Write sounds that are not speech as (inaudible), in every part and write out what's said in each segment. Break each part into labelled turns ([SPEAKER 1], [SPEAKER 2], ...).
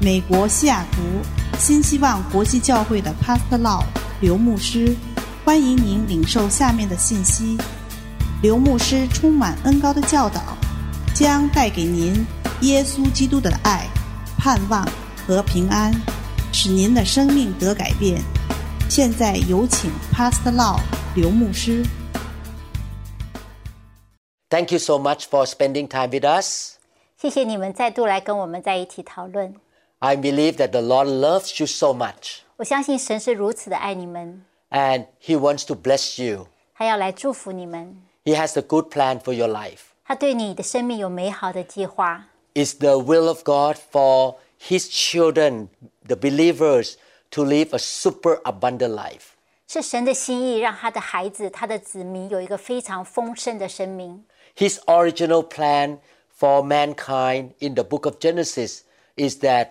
[SPEAKER 1] 美国西雅图新希望国际教会的 Pastor Law 刘牧师，欢迎您领受下面的信息。刘牧师充满恩高的教导，将带给您耶稣基督的爱、盼望和平安，使您的生命得改变。现在有请 Pastor Law 刘牧师。
[SPEAKER 2] Thank you so much for spending time with us.
[SPEAKER 3] 谢谢你们再度来跟我们在一起讨论。
[SPEAKER 2] I believe that the Lord loves you so much
[SPEAKER 3] 我相信神是如此的爱你们，
[SPEAKER 2] and He wants to bless you.
[SPEAKER 3] 他要来祝福你们，
[SPEAKER 2] He has a good plan for your life.
[SPEAKER 3] 他对你的生命有美好的计划。
[SPEAKER 2] It's the will of God for His children, the believers, to live a super abundant life.
[SPEAKER 3] 是神的心意，让他的孩子、他的子民有一个非常丰盛的生命。
[SPEAKER 2] His original plan for mankind in the book of Genesis is that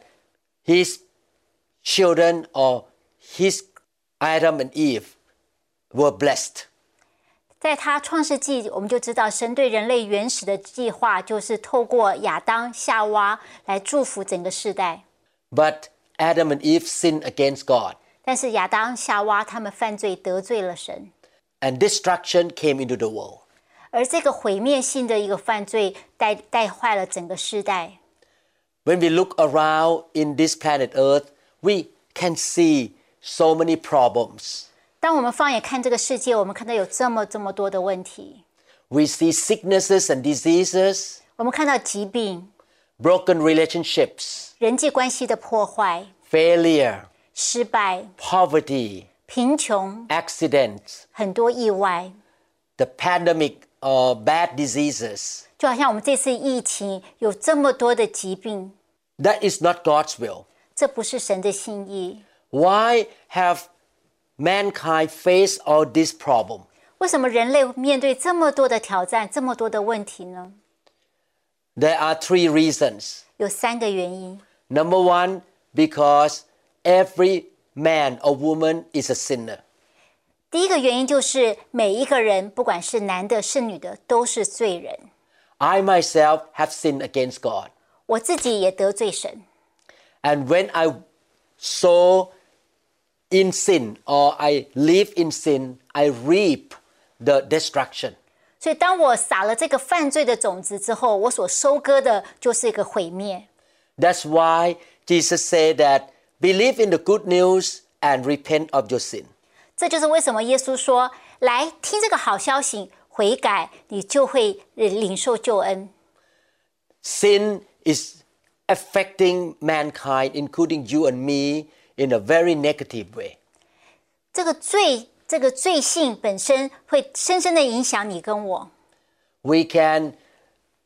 [SPEAKER 2] His children or His Adam and Eve were blessed.
[SPEAKER 3] 在他创世纪，我们就知道神对人类原始的计划，就是透过亚当、夏娃来祝福整个世代。
[SPEAKER 2] But Adam and Eve sinned against God,
[SPEAKER 3] 但是亚当、夏娃他们犯罪得罪了神，
[SPEAKER 2] and destruction came into the world.
[SPEAKER 3] 而这个毁灭性的一个犯罪带带坏了整个世代。
[SPEAKER 2] When we look around in this planet Earth, we can see so many problems.
[SPEAKER 3] 当我们放眼看这个世界，我们看到有这么这么多的问题，
[SPEAKER 2] We see sicknesses and diseases,
[SPEAKER 3] 我们看到疾病、
[SPEAKER 2] broken relationships,
[SPEAKER 3] 人际关系的破坏、
[SPEAKER 2] failure,
[SPEAKER 3] 失败、
[SPEAKER 2] poverty,
[SPEAKER 3] 贫穷、
[SPEAKER 2] accidents,
[SPEAKER 3] 很多意外，
[SPEAKER 2] the pandemic, uh, bad diseases.
[SPEAKER 3] 就好像我们这次疫情有这么多的疾病，
[SPEAKER 2] That is not God's will.
[SPEAKER 3] 这不是神的心意。
[SPEAKER 2] Why have mankind faced all these problems?
[SPEAKER 3] 为什么人类面对这么多的挑战、这么多的问题呢？
[SPEAKER 2] There are three reasons.
[SPEAKER 3] 有三个原因。
[SPEAKER 2] Number one, because every man or woman is a sinner.
[SPEAKER 3] 第一个原因就是每一个人，不管是男的是女的，都是罪人。
[SPEAKER 2] I myself have sinned against God.
[SPEAKER 3] 我自己也得罪神，
[SPEAKER 2] And when I sow in sin or I live in sin, I reap the destruction.
[SPEAKER 3] 所以当我撒了这个犯罪的种子之后，我所收割的就是一个毁灭。
[SPEAKER 2] That's why Jesus said that believe in the good news and repent of your sin.
[SPEAKER 3] 这就是为什么耶稣说：“来听这个好消息，悔改，你就会呃领受救恩。
[SPEAKER 2] Sin is affecting mankind, including you and me, in a very negative way. ”
[SPEAKER 3] 这个罪，这个罪性本身会深深的影响你跟我。
[SPEAKER 2] we can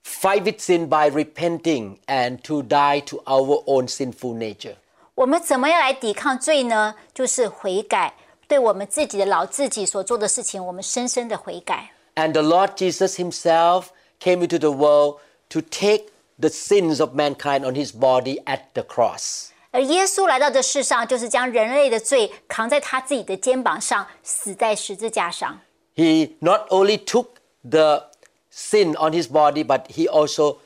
[SPEAKER 2] fight with sin by repenting and to die to our own sinful nature.
[SPEAKER 3] 我们怎么样来抵抗罪呢？就是悔改，对我们自己的老自己所做的事情，我们深深的悔改。
[SPEAKER 2] And the Lord Jesus Himself came into the world to take the sins of mankind on His body at the cross.
[SPEAKER 3] 而耶稣来到这世上，就是将人类的罪扛在他自己的肩膀上，死在十字架上。
[SPEAKER 2] He not only took the sin on His body, but He also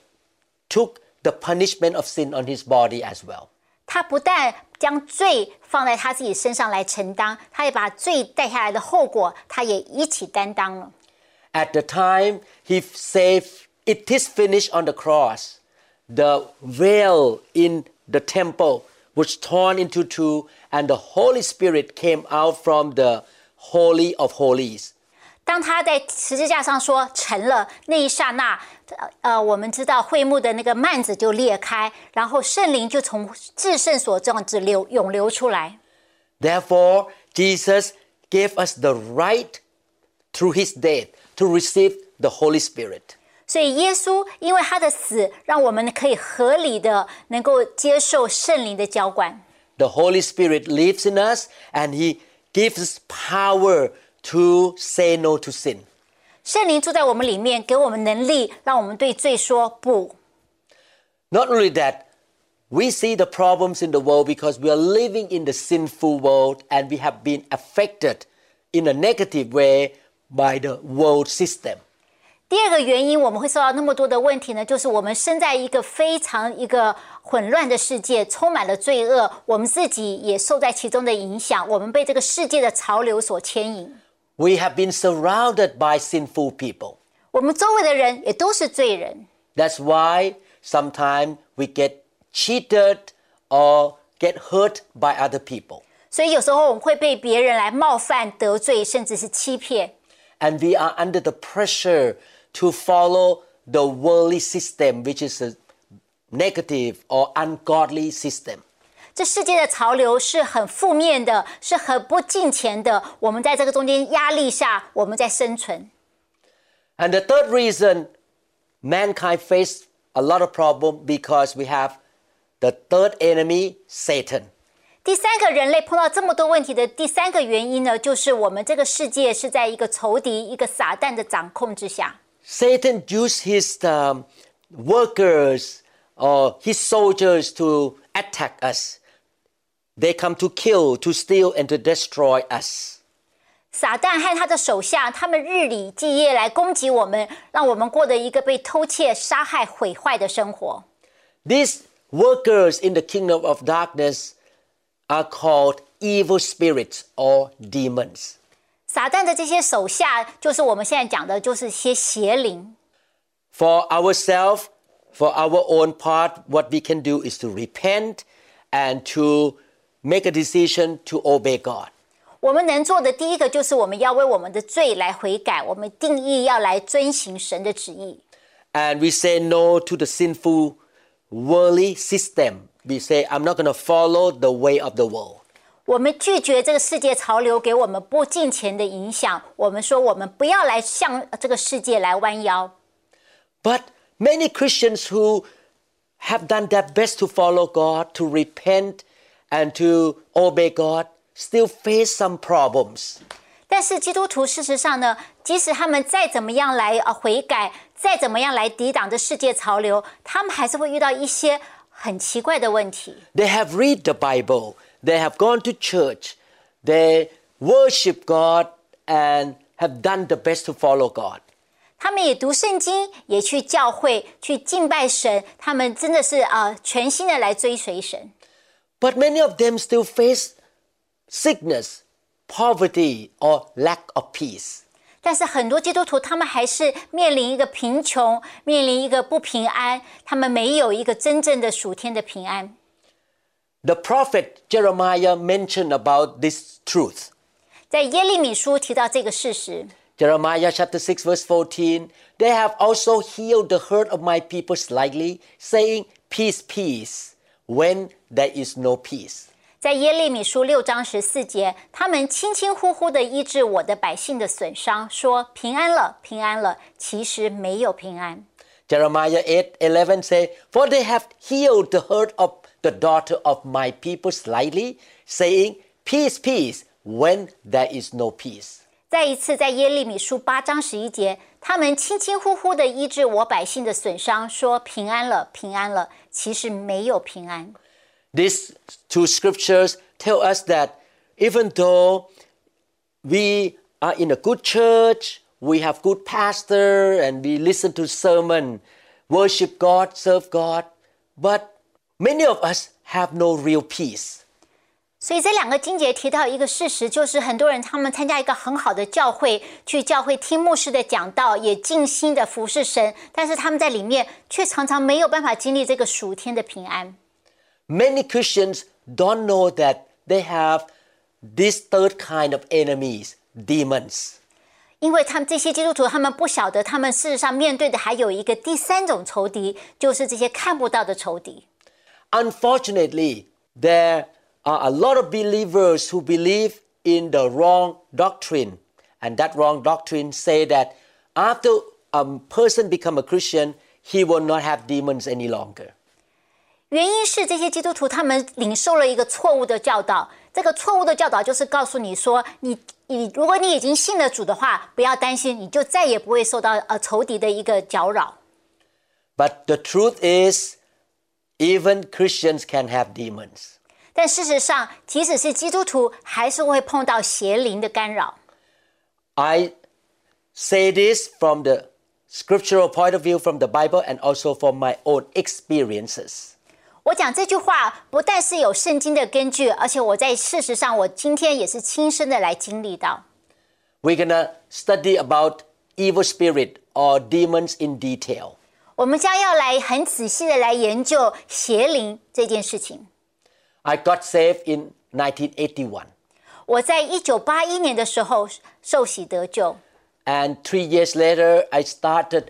[SPEAKER 2] took the punishment of sin on His body as well.
[SPEAKER 3] 他不但将罪放在他自己身上来承担，他也把罪带下来的后果，他也一起担当了。
[SPEAKER 2] At the time he said, It is finished on the cross, the veil in the temple was torn into two, and the Holy Spirit came out from the Holy of Holies.
[SPEAKER 3] 当他在十字架上说“成了”那一刹那，呃呃，我们知道会幕的那个幔子就裂开，然后圣灵就从至圣所这样子流涌流出来。
[SPEAKER 2] Therefore, Jesus gave us the right through his death to receive the Holy Spirit.
[SPEAKER 3] 所以耶稣因为他的死，让我们可以合理的能够接受圣灵的浇灌。
[SPEAKER 2] The Holy Spirit lives in us and he gives us power to say no to sin.
[SPEAKER 3] 圣灵住在我们里面，给我们能力，让我们对罪说不。
[SPEAKER 2] Not only that, we see the problems in the world because we are living in the sinful world and we have been affected in a negative way by the world system.
[SPEAKER 3] 第二个原因，我们会受到那么多的问题呢，就是我们生在一个非常一个混乱的世界，充满了罪恶，我们自己也受在其中的影响，我们被这个世界的潮流所牵引。
[SPEAKER 2] We have been surrounded by sinful people.
[SPEAKER 3] 我们周围的人也都是罪人，
[SPEAKER 2] That's why sometimes we get cheated or get hurt by other people.
[SPEAKER 3] 所以有时候我们会被别人来冒犯、得罪，甚至是欺骗。
[SPEAKER 2] And we are under the pressure to follow the worldly system, which is a negative or ungodly system.
[SPEAKER 3] 这世界的潮流是很负面的，是很不敬钱的。我们在这个中间压力下，我们在生存。
[SPEAKER 2] And the third reason mankind faced a lot of problem because we have the third enemy, Satan.
[SPEAKER 3] 第三个，人类碰到这么多问题的第三个原因呢，就是我们这个世界是在一个仇敌、一个撒旦的掌控之下。
[SPEAKER 2] Satan used his um, workers or his soldiers to attack us. They come to kill, to steal, and to destroy us.
[SPEAKER 3] 撒旦和他的手下，他们日理继夜来攻击我们，让我们过得一个被偷窃、杀害、毁坏的生活。
[SPEAKER 2] These workers in the kingdom of darkness are called evil spirits or demons.
[SPEAKER 3] 撒旦的这些手下，就是我们现在讲的，就是些邪灵。
[SPEAKER 2] For ourselves, for our own part, what we can do is to repent and to make a decision to obey God.
[SPEAKER 3] 我们能做的第一个，就是我们要为我们的罪来悔改，我们定义要来遵行神的旨意。
[SPEAKER 2] and we say no to the sinful worldly system. We say, I'm not going to follow the way of the world.
[SPEAKER 3] 我们拒绝这个世界潮流给我们不敬钱的影响。我们说，我们不要来向这个世界来弯腰。
[SPEAKER 2] But many Christians who have done their best to follow God, to repent, and to obey God still face some problems.
[SPEAKER 3] 但是基督徒事实上呢，即使他们再怎么样来呃悔改，再怎么样来抵挡这世界潮流，他们还是会遇到一些很奇怪的问题。
[SPEAKER 2] They have read the Bible, they have gone to church, they worship God, and have done the best to follow God.
[SPEAKER 3] 他们也读圣经，也去教会去敬拜神，他们真的是呃全心的来追随神。
[SPEAKER 2] But many of them still face sickness, poverty, or lack of peace.
[SPEAKER 3] 但是很多基督徒他们还是面临一个贫穷，面临一个不平安，他们没有一个真正的属天的平安。
[SPEAKER 2] The prophet Jeremiah mentioned about this truth.
[SPEAKER 3] 在耶利米书提到这个事实，
[SPEAKER 2] Jeremiah chapter 6, verse 14 They have also healed the hurt of my people slightly, saying, Peace, peace, when there is no peace.
[SPEAKER 3] 在耶利米书六章十四节，他们轻轻呼呼地医治我的百姓的损伤，说平安了，平安了，其实没有平安。
[SPEAKER 2] Jeremiah 8, 11 say, For they have healed the hurt of the daughter of my people slightly, saying, Peace, peace, when there is no peace.
[SPEAKER 3] 再一次，在耶利米书八章十一节，他们轻轻呼呼地医治我百姓的损伤，说平安了，平安了，其实没有平安。
[SPEAKER 2] These two scriptures tell us that even though we are in a good church, we have good pastor, and we listen to sermon, worship God, serve God, but many of us have no real peace.
[SPEAKER 3] 所以这两个经节提到一个事实，就是很多人他们参加一个很好的教会，去教会听牧师的讲道，也尽心的服侍神，但是他们在里面却常常没有办法经历这个属天的平安。
[SPEAKER 2] Many Christians don't know that they have this third kind of enemies, demons.
[SPEAKER 3] 因为他们这些基督徒，他们不晓得，他们事实上面对的还有一个第三种仇敌，就是这些看不到的仇敌。
[SPEAKER 2] Unfortunately, there are a lot of believers who believe in the wrong doctrine, and that wrong doctrine say that after a person become a Christian, he will not have demons any longer.
[SPEAKER 3] 原因是这些基督徒他们领受了一个错误的教导，这个错误的教导就是告诉你说，你你如果你已经信了主的话，不要担心，你就再也不会受到呃仇敌的一个搅扰。
[SPEAKER 2] But the truth is, even Christians can have demons.
[SPEAKER 3] 但事实上，即使是基督徒，还是会碰到邪灵的干扰。
[SPEAKER 2] I say this from the scriptural point of view from the Bible and also from my own experiences.
[SPEAKER 3] 我讲这句话不但是有圣经的根据，而且我在事实上，我今天也是亲身的来经历到。
[SPEAKER 2] We're going to study about evil spirit or demons in detail.
[SPEAKER 3] 我们将要来很仔细的来研究邪灵这件事情。
[SPEAKER 2] I got saved in 1981
[SPEAKER 3] 我在一九八一年的时候受洗得救，
[SPEAKER 2] and 3 years later I started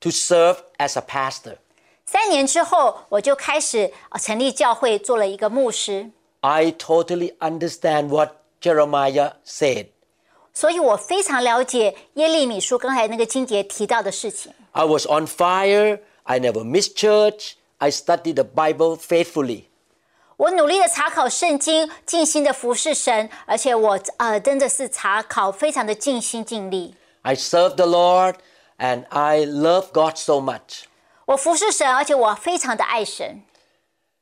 [SPEAKER 2] to serve as a pastor.
[SPEAKER 3] 三年之后我就开始呃成立教会，做了一个牧师，
[SPEAKER 2] I totally understand what Jeremiah said.
[SPEAKER 3] 所以我非常了解耶利米书刚才那个金节提到的事情。
[SPEAKER 2] I was on fire. I never missed church. I studied the Bible faithfully.
[SPEAKER 3] 我努力的查考圣经，尽心的服侍神，而且我呃真的是查考非常的尽心尽力。
[SPEAKER 2] I served the Lord and I love God so much.
[SPEAKER 3] 我服侍神，而且我非常的爱神。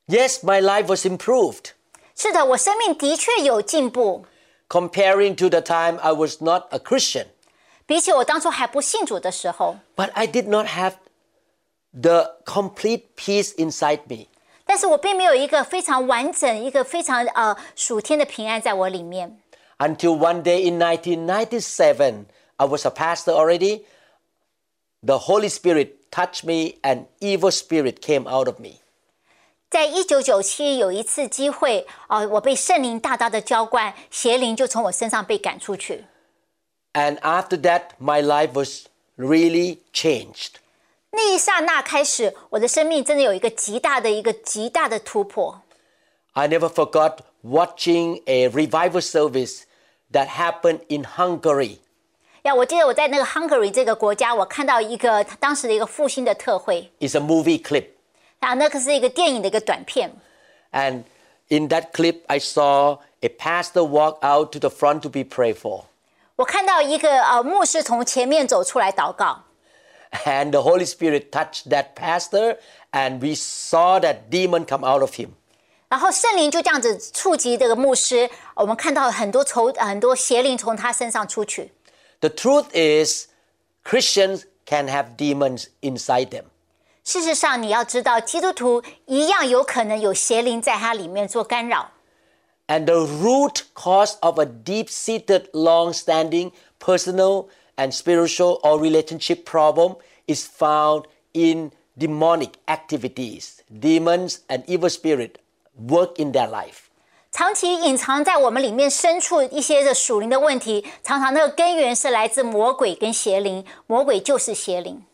[SPEAKER 2] Yes, my life was improved
[SPEAKER 3] 是的，我生命的确有进步，
[SPEAKER 2] comparing to the time I was not a Christian.
[SPEAKER 3] 比起我当初还不信主的时候。
[SPEAKER 2] But I did not have the complete peace inside me.
[SPEAKER 3] 但是我并没有一个非常完整、一个非常呃属天的平安在我里面。
[SPEAKER 2] Until one day in 1997, I was a pastor already. The Holy Spirit touched me and evil spirit came out of me.
[SPEAKER 3] 在一九九七有一次机会，呃，我被圣灵大大的浇灌，邪灵就从我身上被赶出去。
[SPEAKER 2] And after that, my life was really changed.
[SPEAKER 3] 那一刹那开始，我的生命真的有一个极大的一个极大的突破。
[SPEAKER 2] I never forgot watching a revival service that happened in Hungary.
[SPEAKER 3] 呀，我记得我在那个 Hungary 这个国家，我看到一个当时的一个复兴的特会
[SPEAKER 2] It's a movie clip.
[SPEAKER 3] 啊，那个是一个电影的一个短片。
[SPEAKER 2] And in that clip, I saw a pastor walk out to the front to be prayed for. (laughs)
[SPEAKER 3] 我看到一个呃牧师从前面走出来祷告，
[SPEAKER 2] And the Holy Spirit touched that pastor, and we saw that demon come out of him.
[SPEAKER 3] 然后圣灵就这样子触及这个牧师，我们看到很多仇很多邪灵从他身上出去。
[SPEAKER 2] The truth is, Christians can have demons inside them.
[SPEAKER 3] 事实上，你要知道，基督徒一样有可能有邪灵在他里面做干扰，
[SPEAKER 2] and the root cause of a deep seated, long standing personal and spiritual or relationship problem is found in demonic activities. Demons and evil spirit work in their life.
[SPEAKER 3] 长期隐藏在我们里面深处一些的属灵的问题，常常那个根源是来自魔鬼跟邪灵，魔鬼就是邪灵。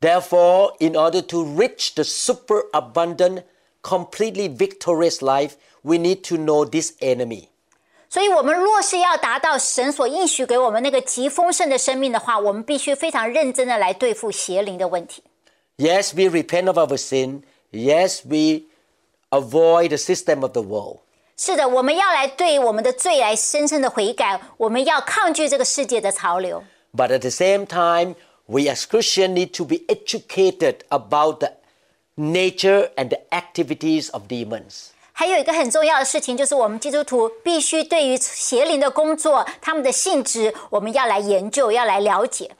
[SPEAKER 2] Therefore, in order to reach the superabundant, completely victorious life, we need to know this enemy.
[SPEAKER 3] 所以，我们若是要达到神所应许给我们那个极丰盛的生命的话，我们必须非常认真的来对付邪灵的问题。
[SPEAKER 2] Yes, we repent of our sin. Yes, we avoid the system of the world.
[SPEAKER 3] 是的，我们要来对我们的罪来深深的悔改，我们要抗拒这个世界的潮流。
[SPEAKER 2] But at the same time, we as Christians need to be educated about the nature and the activities of demons.
[SPEAKER 3] 还有一个很重要的事情，就是我们基督徒必须对于邪灵的工作、他们的性质，我们要来研究，要来了解。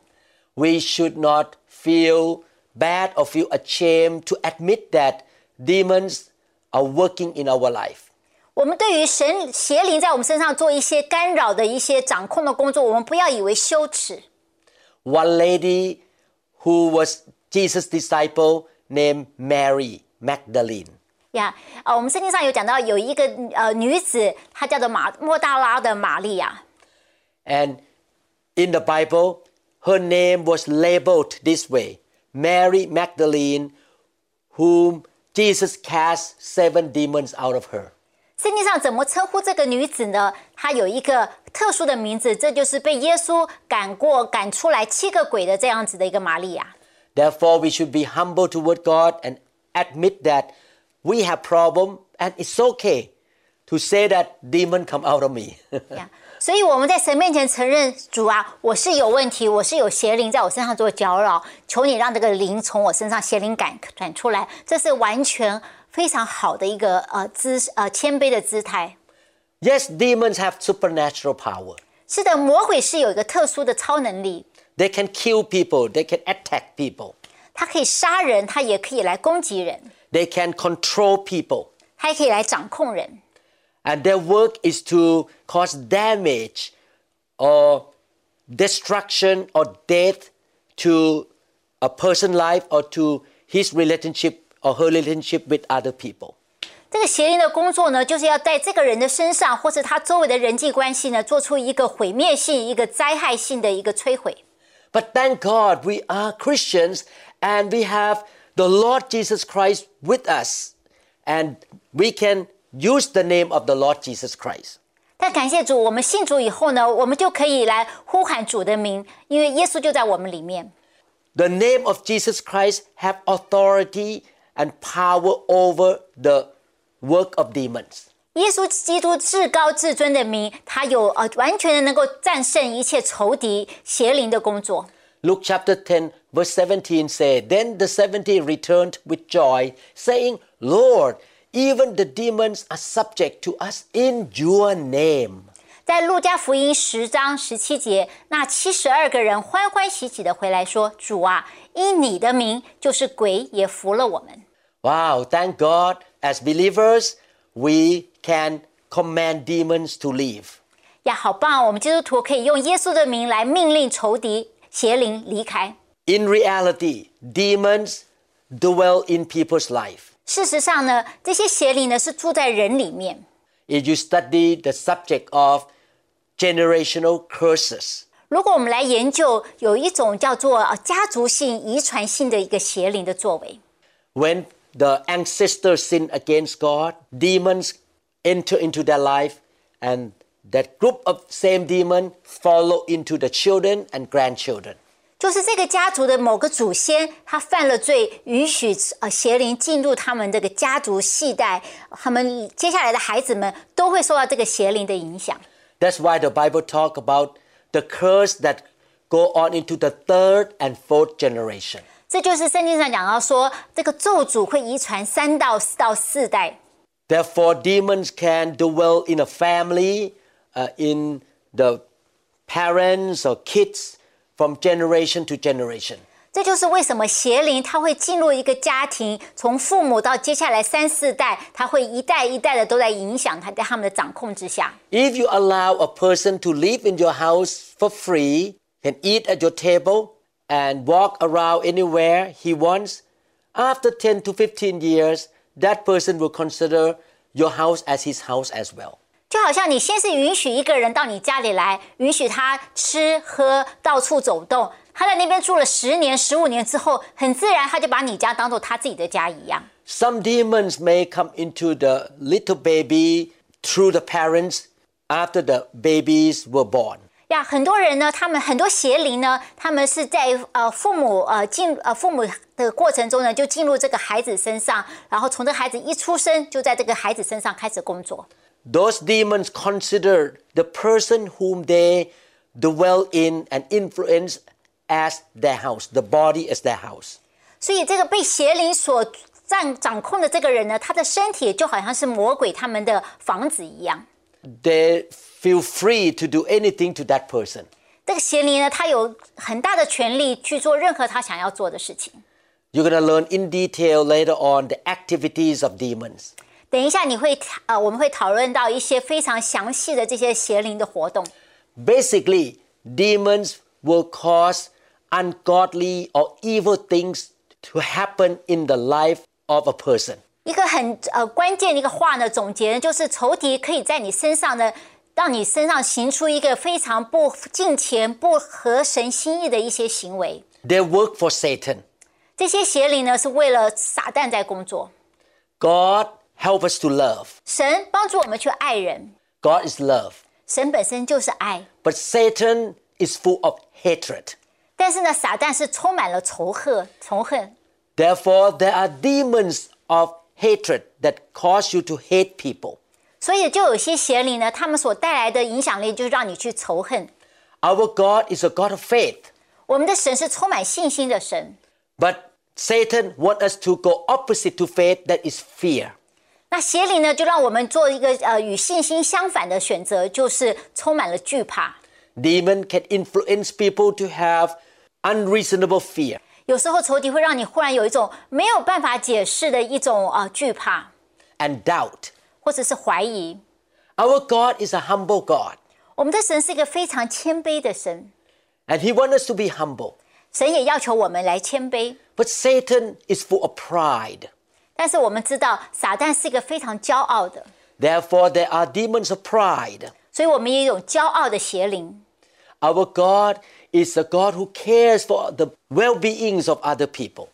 [SPEAKER 2] We should not feel bad or feel ashamed to admit that demons are working in our life.
[SPEAKER 3] 我们对于神邪灵在我们身上做一些干扰的一些掌控的工作，我们不要以为羞耻。
[SPEAKER 2] One lady who was Jesus' disciple named Mary Magdalene.
[SPEAKER 3] 呀，呃，我们圣经上有讲到有一个呃女子，她叫做马莫大拉的玛利亚。
[SPEAKER 2] And in the Bible, her name was labeled this way Mary Magdalene, whom Jesus cast seven demons out of her.
[SPEAKER 3] 圣经上怎么称呼这个女子呢？她有一个特殊的名字，这就是被耶稣赶过、赶出来七个鬼的这样子的一个玛利亚。
[SPEAKER 2] Therefore, we should be humble toward God and admit that we have problem and it's okay to say that demon come out of me. (laughs)
[SPEAKER 3] 呀所以我们在神面前承认，主啊，我是有问题，我是有邪灵在我身上做搅扰，求你让这个灵从我身上邪灵赶赶出来，这是完全非常好的一个呃姿呃谦卑的姿态。
[SPEAKER 2] yes, demons have supernatural power.
[SPEAKER 3] 是的，魔鬼是有一个特殊的超能力，
[SPEAKER 2] They can kill people, they can attack people,
[SPEAKER 3] 他可以杀人，他也可以来攻击人，
[SPEAKER 2] they can control people.
[SPEAKER 3] 他也可以来掌控人。
[SPEAKER 2] And their work is to cause damage or destruction or death to a person's life or to his relationship or her relationship with other people.
[SPEAKER 3] 这个邪灵的工作呢，就是要在这个人的身上或者他周围的人际关系呢，做出一个毁灭性、一个灾害性的一个摧毁。
[SPEAKER 2] But thank God we are Christians and we have the Lord Jesus Christ with us. And we can use the name of the Lord Jesus Christ.
[SPEAKER 3] 但感谢主，我们信主以后呢，我们就可以来呼喊主的名，因为耶稣就在我们里面。
[SPEAKER 2] The name of Jesus Christ have authority and power over the work of demons.
[SPEAKER 3] 耶稣基督至高至尊的名，他有呃完全的能够战胜一切仇敌、邪灵的工作。
[SPEAKER 2] Luke chapter 10 verse 17 say, Then the 70 returned with joy, saying, Lord, even the demons are subject to us in your name.
[SPEAKER 3] 在路加福音十章十七节，那七十二个人欢欢喜喜的回来说：“主啊，因你的名，就是鬼也服了我们。
[SPEAKER 2] Wow, thank God, as believers, we can command demons to leave. ”
[SPEAKER 3] 呀，好棒！哦我们基督徒可以用耶稣的名来命令仇敌、邪灵离开。
[SPEAKER 2] In reality, demons dwell in people's life.
[SPEAKER 3] 事实上呢，这些邪灵呢是住在人里面。
[SPEAKER 2] If you study the subject of generational curses,
[SPEAKER 3] 如果我们来研究，有一种叫做呃家族性、遗传性的一个邪灵的作为。
[SPEAKER 2] when the ancestors sin against God, demons enter into their life and that group of same demon follow into the children and grandchildren.
[SPEAKER 3] 就是这个家族的某个祖先，他犯了罪，允许呃邪灵进入他们这个家族系带，他们接下来的孩子们都会受到这个邪灵的影响。
[SPEAKER 2] That's why the Bible talk about the curse that go on into the third and fourth generation.
[SPEAKER 3] 这就是圣经上讲到说，这个咒诅会遗传三到四到四代。
[SPEAKER 2] Therefore, demons can dwell in a family, uh, in the parents or kids from generation to generation.
[SPEAKER 3] 这就是为什么邪灵它会进入一个家庭，从父母到接下来三四代，它会一代一代的都在影响他，在他们的掌控之下。
[SPEAKER 2] If you allow a person to live in your house for free, can eat at your table, and walk around anywhere he wants, after 10 to 15 years, that person will consider your house as his house as well.
[SPEAKER 3] 就好像你先是允许一个人到你家里来，允许他吃喝，到处走动，他在那边住了十年、十五年之后，很自然他就把你家当做他自己的家一样。
[SPEAKER 2] Some demons may come into the little baby through the parents after the babies were born.
[SPEAKER 3] 呀，很多人呢，他们很多邪灵呢，他们是在呃父母呃进呃父母的过程中呢，就进入这个孩子身上，然后从这个孩子一出生就在这个孩子身上开始工作。
[SPEAKER 2] Those demons consider the person whom they dwell in and influence as their house, the body as their house.
[SPEAKER 3] 所以这个被邪灵所占掌控的这个人呢，他的身体就好像是魔鬼他们的房子一样。
[SPEAKER 2] They feel free to do anything to that person.
[SPEAKER 3] 这个邪灵呢，他有很大的权利去做任何他想要做的事情。
[SPEAKER 2] You're going to learn in detail later on the activities of demons.
[SPEAKER 3] 等一下你会呃，我们会讨论到一些非常详细的这些邪灵的活动。
[SPEAKER 2] Basically, demons will cause ungodly or evil things to happen in the life of a person.
[SPEAKER 3] 一个很呃关键的一个话呢，总结呢就是仇敌可以在你身上呢，让你身上行出一个非常不敬虔、不合神心意的一些行为。
[SPEAKER 2] They work for Satan.
[SPEAKER 3] 这些邪灵呢，是为了撒旦在工作。
[SPEAKER 2] God help us to love.
[SPEAKER 3] 神帮助我们去爱人，
[SPEAKER 2] God is love.
[SPEAKER 3] 神本身就是爱，
[SPEAKER 2] But Satan is full of hatred.
[SPEAKER 3] 但是呢，撒旦是充满了仇恨、仇恨，
[SPEAKER 2] Therefore, there are demons of hatred that cause you to hate people.
[SPEAKER 3] 所以就有些邪灵呢，他们所带来的影响力，就让你去仇恨。
[SPEAKER 2] Our God is a God of faith,
[SPEAKER 3] 我们的神是充满信心的神，
[SPEAKER 2] but Satan wants us to go opposite to faith, that is fear.
[SPEAKER 3] 那邪灵呢，就让我们做一个呃与信心相反的选择，就是充满了惧怕。
[SPEAKER 2] Demon can influence people to have unreasonable fear.
[SPEAKER 3] 有时候仇敌会让你忽然有一种没有办法解释的一种啊惧怕，
[SPEAKER 2] and doubt.
[SPEAKER 3] 或者是怀疑。
[SPEAKER 2] Our God is a humble God,
[SPEAKER 3] 我们的神是一个非常谦卑的神，
[SPEAKER 2] and He wants us to be humble.
[SPEAKER 3] 神也要求我们来谦卑。
[SPEAKER 2] But Satan is full of pride.
[SPEAKER 3] 但是我们知道，撒旦是一个非常骄傲的，
[SPEAKER 2] Therefore, there are demons of pride.
[SPEAKER 3] 所以我们也有骄傲的邪灵。
[SPEAKER 2] Our God is a God who cares for the well beings of other people.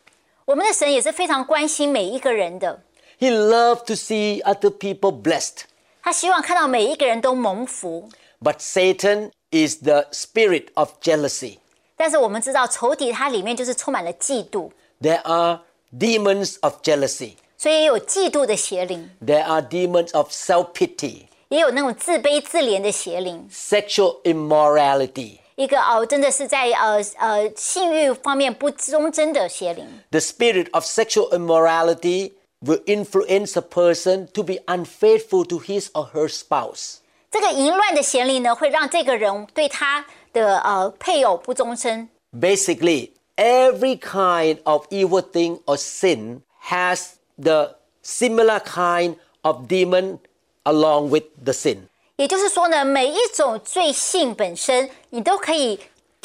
[SPEAKER 3] 我们的神也是非常关心每一个人的，
[SPEAKER 2] He loves to see other people blessed.
[SPEAKER 3] 他希望看到每一个人都蒙福。
[SPEAKER 2] But Satan is the spirit of jealousy.
[SPEAKER 3] 但是我们知道，仇敌他里面就是充满了嫉妒，
[SPEAKER 2] There are demons of jealousy,
[SPEAKER 3] 所以也有嫉妒的邪灵，
[SPEAKER 2] there are demons of self pity,
[SPEAKER 3] 也有那种自卑自怜的邪灵。
[SPEAKER 2] sexual immorality,
[SPEAKER 3] 一个哦，真的是在呃呃性欲方面不忠贞的邪灵，
[SPEAKER 2] The spirit of sexual immorality will influence a person to be unfaithful to his or her spouse.
[SPEAKER 3] 这个淫乱的邪灵呢，会让这个人对他的呃配偶不忠贞。
[SPEAKER 2] Basically, every kind of evil thing or sin has the similar kind of demon along with the sin.
[SPEAKER 3] 也就是说呢，每一种罪性本身，你都可以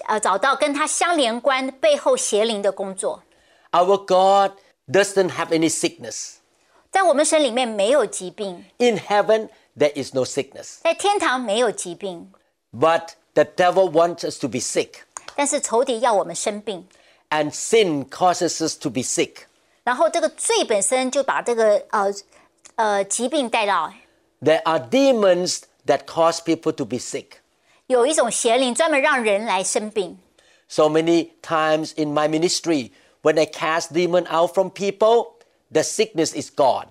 [SPEAKER 3] 呃找到跟它相连关背后邪灵的工作。
[SPEAKER 2] Our God doesn't have any sickness.
[SPEAKER 3] 在我们神里面没有疾病，
[SPEAKER 2] In heaven, there is no sickness.
[SPEAKER 3] 在天堂没有疾病，
[SPEAKER 2] But the devil wants us to be sick,
[SPEAKER 3] 但是仇敌要我们生病，
[SPEAKER 2] and sin causes us to be sick.
[SPEAKER 3] 然后这个罪本身就把这个呃呃疾病带到。
[SPEAKER 2] There are demons that cause people to be sick.
[SPEAKER 3] 有一种邪灵专门让人来生病，
[SPEAKER 2] So many times in my ministry, when I cast demon out from people, the sickness is gone.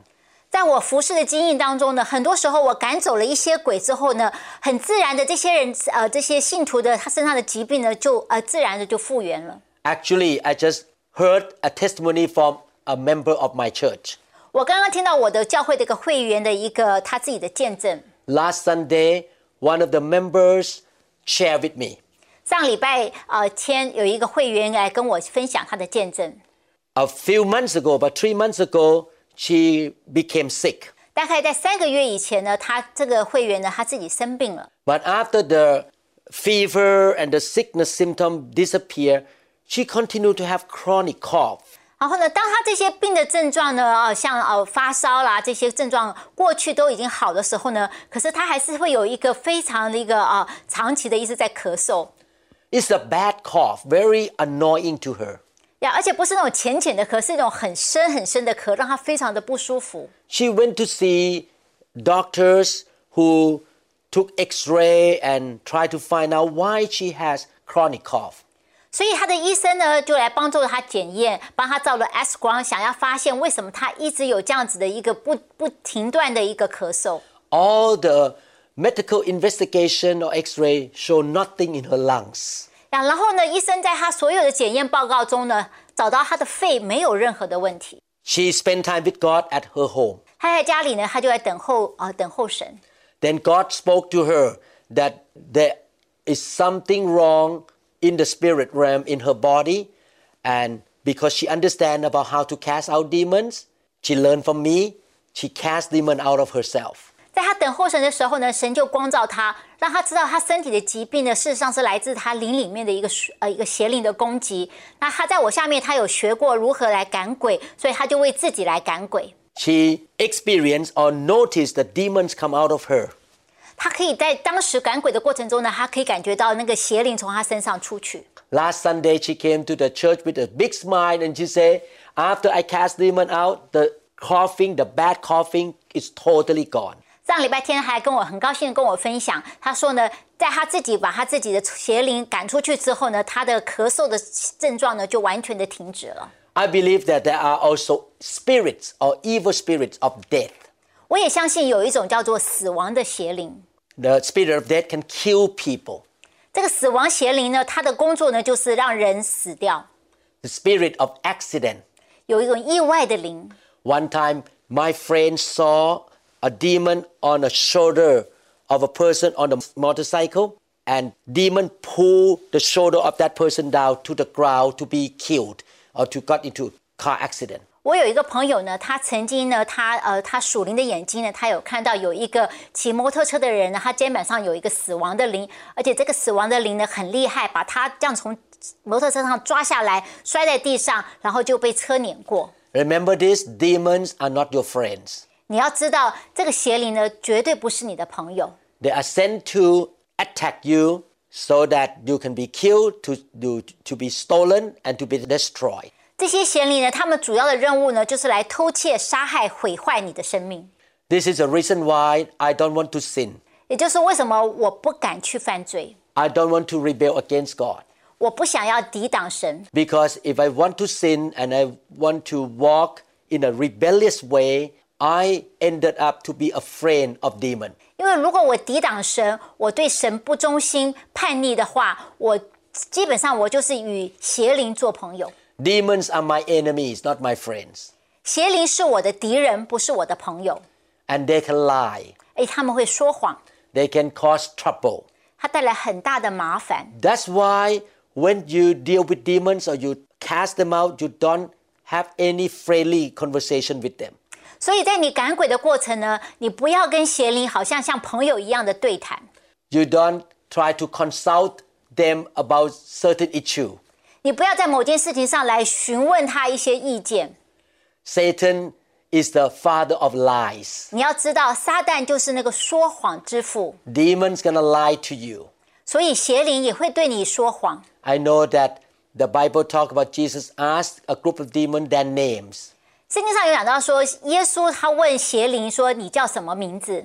[SPEAKER 3] 在我服侍的经验当中呢，很多时候我赶走了一些鬼之后呢，很自然的这些人呃这些信徒的他身上的疾病呢就呃自然的就复原了。
[SPEAKER 2] Actually, I just heard a testimony from a member of my church.
[SPEAKER 3] 我刚刚听到我的教会的一个会员的一个他自己的见证，
[SPEAKER 2] Last Sunday, one of the members shared with me.
[SPEAKER 3] 上礼拜呃天有一个会员来跟我分享他的见证，
[SPEAKER 2] A few months ago, about three months ago, she became sick.
[SPEAKER 3] 大概在三个月以前呢，他这个会员呢他自己生病了，
[SPEAKER 2] But after the fever and the sickness symptom disappear, she continued to have chronic cough.
[SPEAKER 3] 然后呢，当他这些病的症状呢，呃，像呃发烧啦这些症状过去都已经好的时候呢，可是他还是会有一个非常的一个呃长期的一直在咳嗽，
[SPEAKER 2] It's a bad cough, very annoying to her.
[SPEAKER 3] 呀，而且不是那种浅浅的咳，是一种很深很深的咳，让他非常的不舒服。
[SPEAKER 2] She went to see doctors who took x-ray and tried to find out why she has chronic cough.
[SPEAKER 3] 所以他的医生呢，就来帮助他检验，帮他照了 X 光，想要发现为什么他一直有这样子的一个不不停断的一个咳嗽。
[SPEAKER 2] All the medical investigation or x-ray show nothing in her lungs.
[SPEAKER 3] 呀，然后呢，医生在他所有的检验报告中呢，找到他的肺没有任何的问题。
[SPEAKER 2] She spent time with God at her home.
[SPEAKER 3] 他在家里呢，他就在等候啊、呃等候神。
[SPEAKER 2] Then God spoke to her that there is something wrong in the spirit realm in her body and because she understand about how to cast out demons, she learned from me, she cast demon out of herself.
[SPEAKER 3] 在他等候神的时候呢，神就光照他，让他知道他身体的疾病呢，事实上是来自他灵里面的一个水呃一个邪灵的攻击。那他在我下面，他有学过如何来赶鬼，所以他就为自己来赶鬼。
[SPEAKER 2] She experienced or noticed that demons come out of her.
[SPEAKER 3] 他可以在当时赶鬼的过程中呢，他可以感觉到那个邪灵从他身上出去。
[SPEAKER 2] Last Sunday she came to the church with a big smile and she said, after I cast demon out, the coughing, the bad coughing is totally gone.
[SPEAKER 3] 上礼拜天还跟我很高兴地跟我分享，他说呢，在他自己把他自己的邪灵赶出去之后呢，他的咳嗽的症状呢就完全的停止了。
[SPEAKER 2] I believe that there are also spirits or evil spirits of death.
[SPEAKER 3] 我也相信有一种叫做死亡的邪灵，
[SPEAKER 2] The spirit of death can kill people.
[SPEAKER 3] 这个死亡邪灵呢，它的工作呢就是让人死掉。
[SPEAKER 2] The spirit of accident.
[SPEAKER 3] 有一种意外的灵，
[SPEAKER 2] One time, my friend saw a demon on the shoulder of a person on a motorcycle, and demon pull the shoulder of that person down to the ground to be killed or to got into car accident.
[SPEAKER 3] 我有一个朋友呢，他曾经呢，他呃，他属灵的眼睛呢，他有看到有一个骑摩托车的人呢，他肩膀上有一个死亡的灵，而且这个死亡的灵呢很厉害，把他这样从摩托车上抓下来，摔在地上，然后就被车碾过。
[SPEAKER 2] Remember this, demons are not your friends.
[SPEAKER 3] 你要知道，这个邪灵呢，绝对不是你的朋友，
[SPEAKER 2] They are sent to attack you so that you can be killed, to, to, to be stolen, and to be destroyed.
[SPEAKER 3] 这些邪灵呢，他们主要的任务呢，就是来偷窃、杀害、毁坏你的生命。
[SPEAKER 2] This is the reason why I don't want to sin.
[SPEAKER 3] 也就是为什么我不敢去犯罪，
[SPEAKER 2] I don't want to rebel against God.
[SPEAKER 3] 我不想要抵挡神，
[SPEAKER 2] Because if I want to sin and I want to walk in a rebellious way, I ended up to be a friend of demon.
[SPEAKER 3] 因为如果我抵挡神，我对神不忠心、叛逆的话，我基本上我就是与邪灵做朋友。
[SPEAKER 2] Demons are my enemies, not my friends.
[SPEAKER 3] 邪灵是我的敌人，不是我的朋友。
[SPEAKER 2] And they can lie.
[SPEAKER 3] 诶，他们会说谎，
[SPEAKER 2] They can cause trouble.
[SPEAKER 3] 它带来很大的麻烦。
[SPEAKER 2] That's why when you deal with demons or you cast them out, you don't have any friendly conversation with them.
[SPEAKER 3] 所以在你赶鬼的过程呢，你不要跟邪灵好像像朋友一样的对谈，
[SPEAKER 2] You don't try to consult them about certain issue.
[SPEAKER 3] 你不要在某件事情上来询问他一些意见。
[SPEAKER 2] Satan is the father of lies.
[SPEAKER 3] 你要知道，撒旦就是那个说谎之父，
[SPEAKER 2] Demons gonna lie to you.
[SPEAKER 3] 所以邪灵也会对你说谎。
[SPEAKER 2] I know that the Bible talk about Jesus asked a group of demons their names.
[SPEAKER 3] 圣经上有讲到说，耶稣他问邪灵说：“你叫什么名字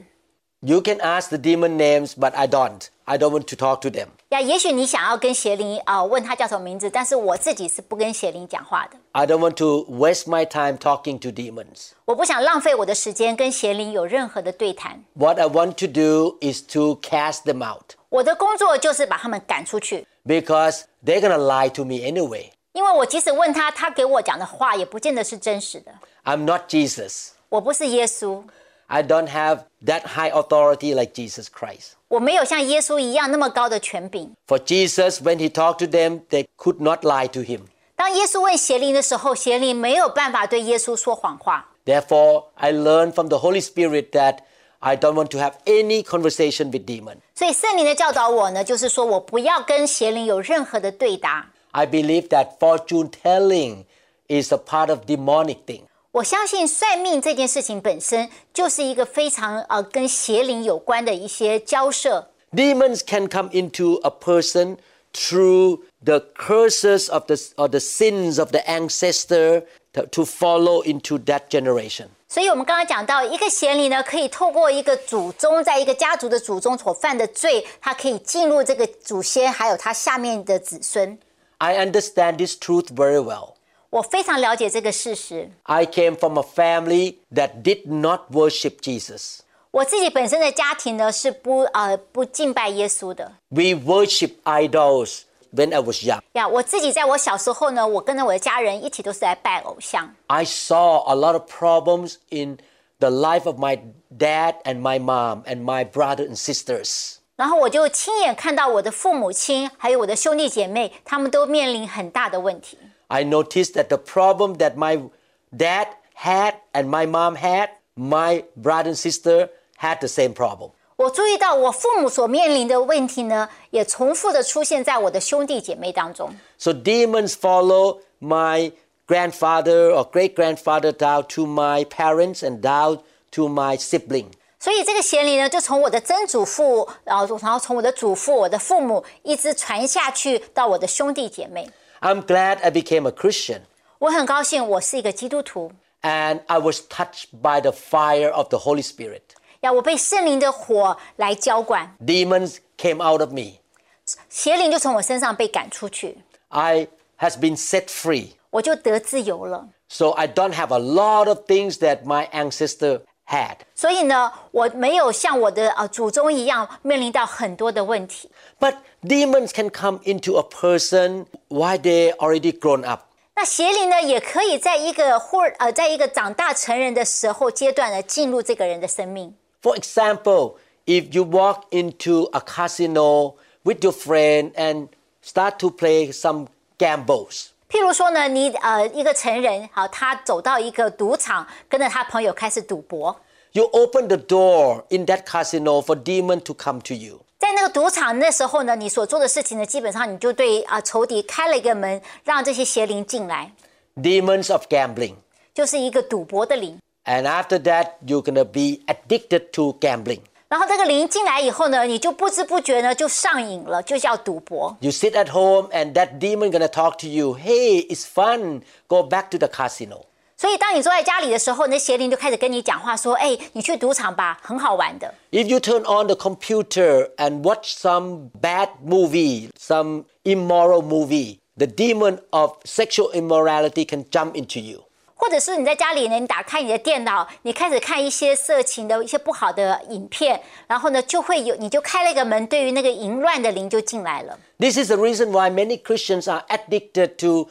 [SPEAKER 2] You can ask the demon names, but I don't. I don't want to talk to them.
[SPEAKER 3] 呀？”也许你想要跟邪灵啊、呃问他叫什么名字，但是我自己是不跟邪灵讲话的，
[SPEAKER 2] I don't want to waste my time talking to demons.
[SPEAKER 3] 我不想浪费我的时间跟邪灵有任何的对谈。
[SPEAKER 2] What I want to do is to cast them out
[SPEAKER 3] 我的工作就是把他们赶出去，
[SPEAKER 2] because they're going to lie to me anyway.
[SPEAKER 3] 因为我即使问他，他给我讲的话也不见得是真实的。
[SPEAKER 2] I'm not Jesus.
[SPEAKER 3] 我不是耶稣，
[SPEAKER 2] I don't have that high authority like Jesus Christ.
[SPEAKER 3] 我没有像耶稣一样那么高的权柄。
[SPEAKER 2] For Jesus, when he talked to them, they could not lie to him.
[SPEAKER 3] 当耶稣问邪灵的时候，邪灵没有办法对耶稣说谎话。
[SPEAKER 2] Therefore, I learned from the Holy Spirit that I don't want to have any conversation with demon.
[SPEAKER 3] 所以圣灵的教导我呢，就是说我不要跟邪灵有任何的对答。
[SPEAKER 2] I believe that fortune telling is a part of demonic thing.
[SPEAKER 3] 我相信算命这件事情本身就是一个非常呃跟邪灵有关的一些交涉。
[SPEAKER 2] Demons can come into a person through the curses of the or the sins of the ancestor to, to follow into that generation.
[SPEAKER 3] 所以我们刚刚讲到，一个邪灵呢，可以透过一个祖宗在一个家族的祖宗所犯的罪，它可以进入这个祖先，还有他下面的子孙。
[SPEAKER 2] I understand this truth very well.
[SPEAKER 3] 我非常了解这个事实。
[SPEAKER 2] I came from a family that did not worship Jesus.
[SPEAKER 3] 我自己本身的家庭呢是不呃不敬拜耶稣的
[SPEAKER 2] We worship idols when I was young.
[SPEAKER 3] 呀。我自己在我小时候呢，我跟着我的家人一起都是来拜偶像。
[SPEAKER 2] I saw a lot of problems in the life of my dad and my mom and my brother and sisters.
[SPEAKER 3] 然后我就亲眼看到我的父母亲，还有我的兄弟姐妹，他们都面临很大的问题。
[SPEAKER 2] I noticed that the problem that my dad had and my mom had, my brother and sister had the same problem.
[SPEAKER 3] 我注意到我父母所面临的问题呢，也重复的出现在我的兄弟姐妹当中。
[SPEAKER 2] So demons follow my grandfather or great grandfather down to my parents and down to my sibling.
[SPEAKER 3] 所以这个邪灵呢，就从我的曾祖父，然后然后从我的祖父、我的父母一直传下去到我的兄弟姐妹。
[SPEAKER 2] I'm glad I became a Christian
[SPEAKER 3] 我很高兴，我是一个基督徒。
[SPEAKER 2] and I was touched by the fire of the Holy Spirit.
[SPEAKER 3] 呀，我被圣灵的火来浇灌，
[SPEAKER 2] demons came out of me.
[SPEAKER 3] 邪灵就从我身上被赶出去，
[SPEAKER 2] I has been set free.
[SPEAKER 3] 我就得自由了。
[SPEAKER 2] So I don't have a lot of things that my ancestor had.
[SPEAKER 3] 所以呢，我没有像我的呃祖宗一样面临到很多的问题。
[SPEAKER 2] But demons can come into a person while they already grown up.
[SPEAKER 3] 那邪灵呢，也可以在一个或呃，在一个长大成人的时候阶段呢，进入这个人的生命。
[SPEAKER 2] For example, if you walk into a casino with your friend and start to play some gambles.
[SPEAKER 3] 譬如说呢，你呃一个成人，好，他走到一个赌场，跟着他朋友开始赌博，
[SPEAKER 2] You open the door in that casino for demon to come to you.
[SPEAKER 3] 在那个赌场那时候呢，你所做的事情呢，基本上你就对啊、呃仇敌开了一个门，让这些邪灵进来，
[SPEAKER 2] Demons of gambling.
[SPEAKER 3] 就是一个赌博的灵。
[SPEAKER 2] And after that, you're going to be addicted to gambling.
[SPEAKER 3] 然后这个灵进来以后呢，你就不知不觉呢就上瘾了，就叫赌博。
[SPEAKER 2] You sit at home and that demon going to talk to you. Hey, it's fun. Go back to the casino.
[SPEAKER 3] 所以当你坐在家里的时候，那邪灵就开始跟你讲话，说：“哎，你去赌场吧，很好玩的。
[SPEAKER 2] If you turn on the computer and watch some bad movie, some immoral movie, the demon of sexual immorality can jump into you. ”
[SPEAKER 3] 或者是你在家里呢，你打开你的电脑，你开始看一些色情的一些不好的影片，然后呢就会有你就开了一个门，对于那个淫乱的灵就进来了。
[SPEAKER 2] This is the reason why many Christians are addicted to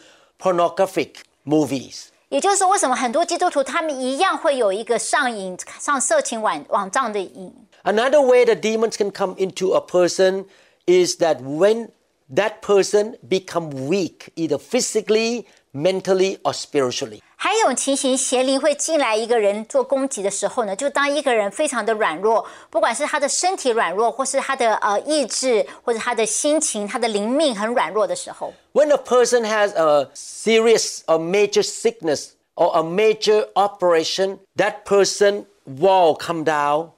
[SPEAKER 2] pornographic movies.
[SPEAKER 3] 也就是说，为什么很多基督徒他们一样会有一个上瘾、上色情网网站的瘾？
[SPEAKER 2] Another way the demons can come into a person is that when that person become weak, either physically, mentally, or spiritually.
[SPEAKER 3] 还有情形，邪灵会进来一个人做攻击的时候呢，就当一个人非常的软弱，不管是他的身体软弱，或是他的呃意志，或者他的心情、他的灵命很软弱的时候，
[SPEAKER 2] When a person has a serious or major sickness or a major operation, that person wall come down,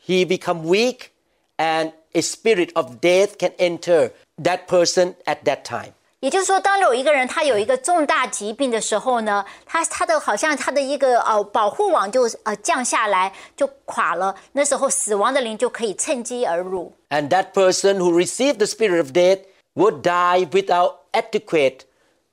[SPEAKER 2] he become weak, and a spirit of death can enter that person at that time.
[SPEAKER 3] 也就是说，当有一个人他有一个重大疾病的时候呢，他他的好像他的一个呃保护网就呃降下来，就垮了，那时候死亡的灵就可以趁机而入。
[SPEAKER 2] And that person who received the spirit of death would die without adequate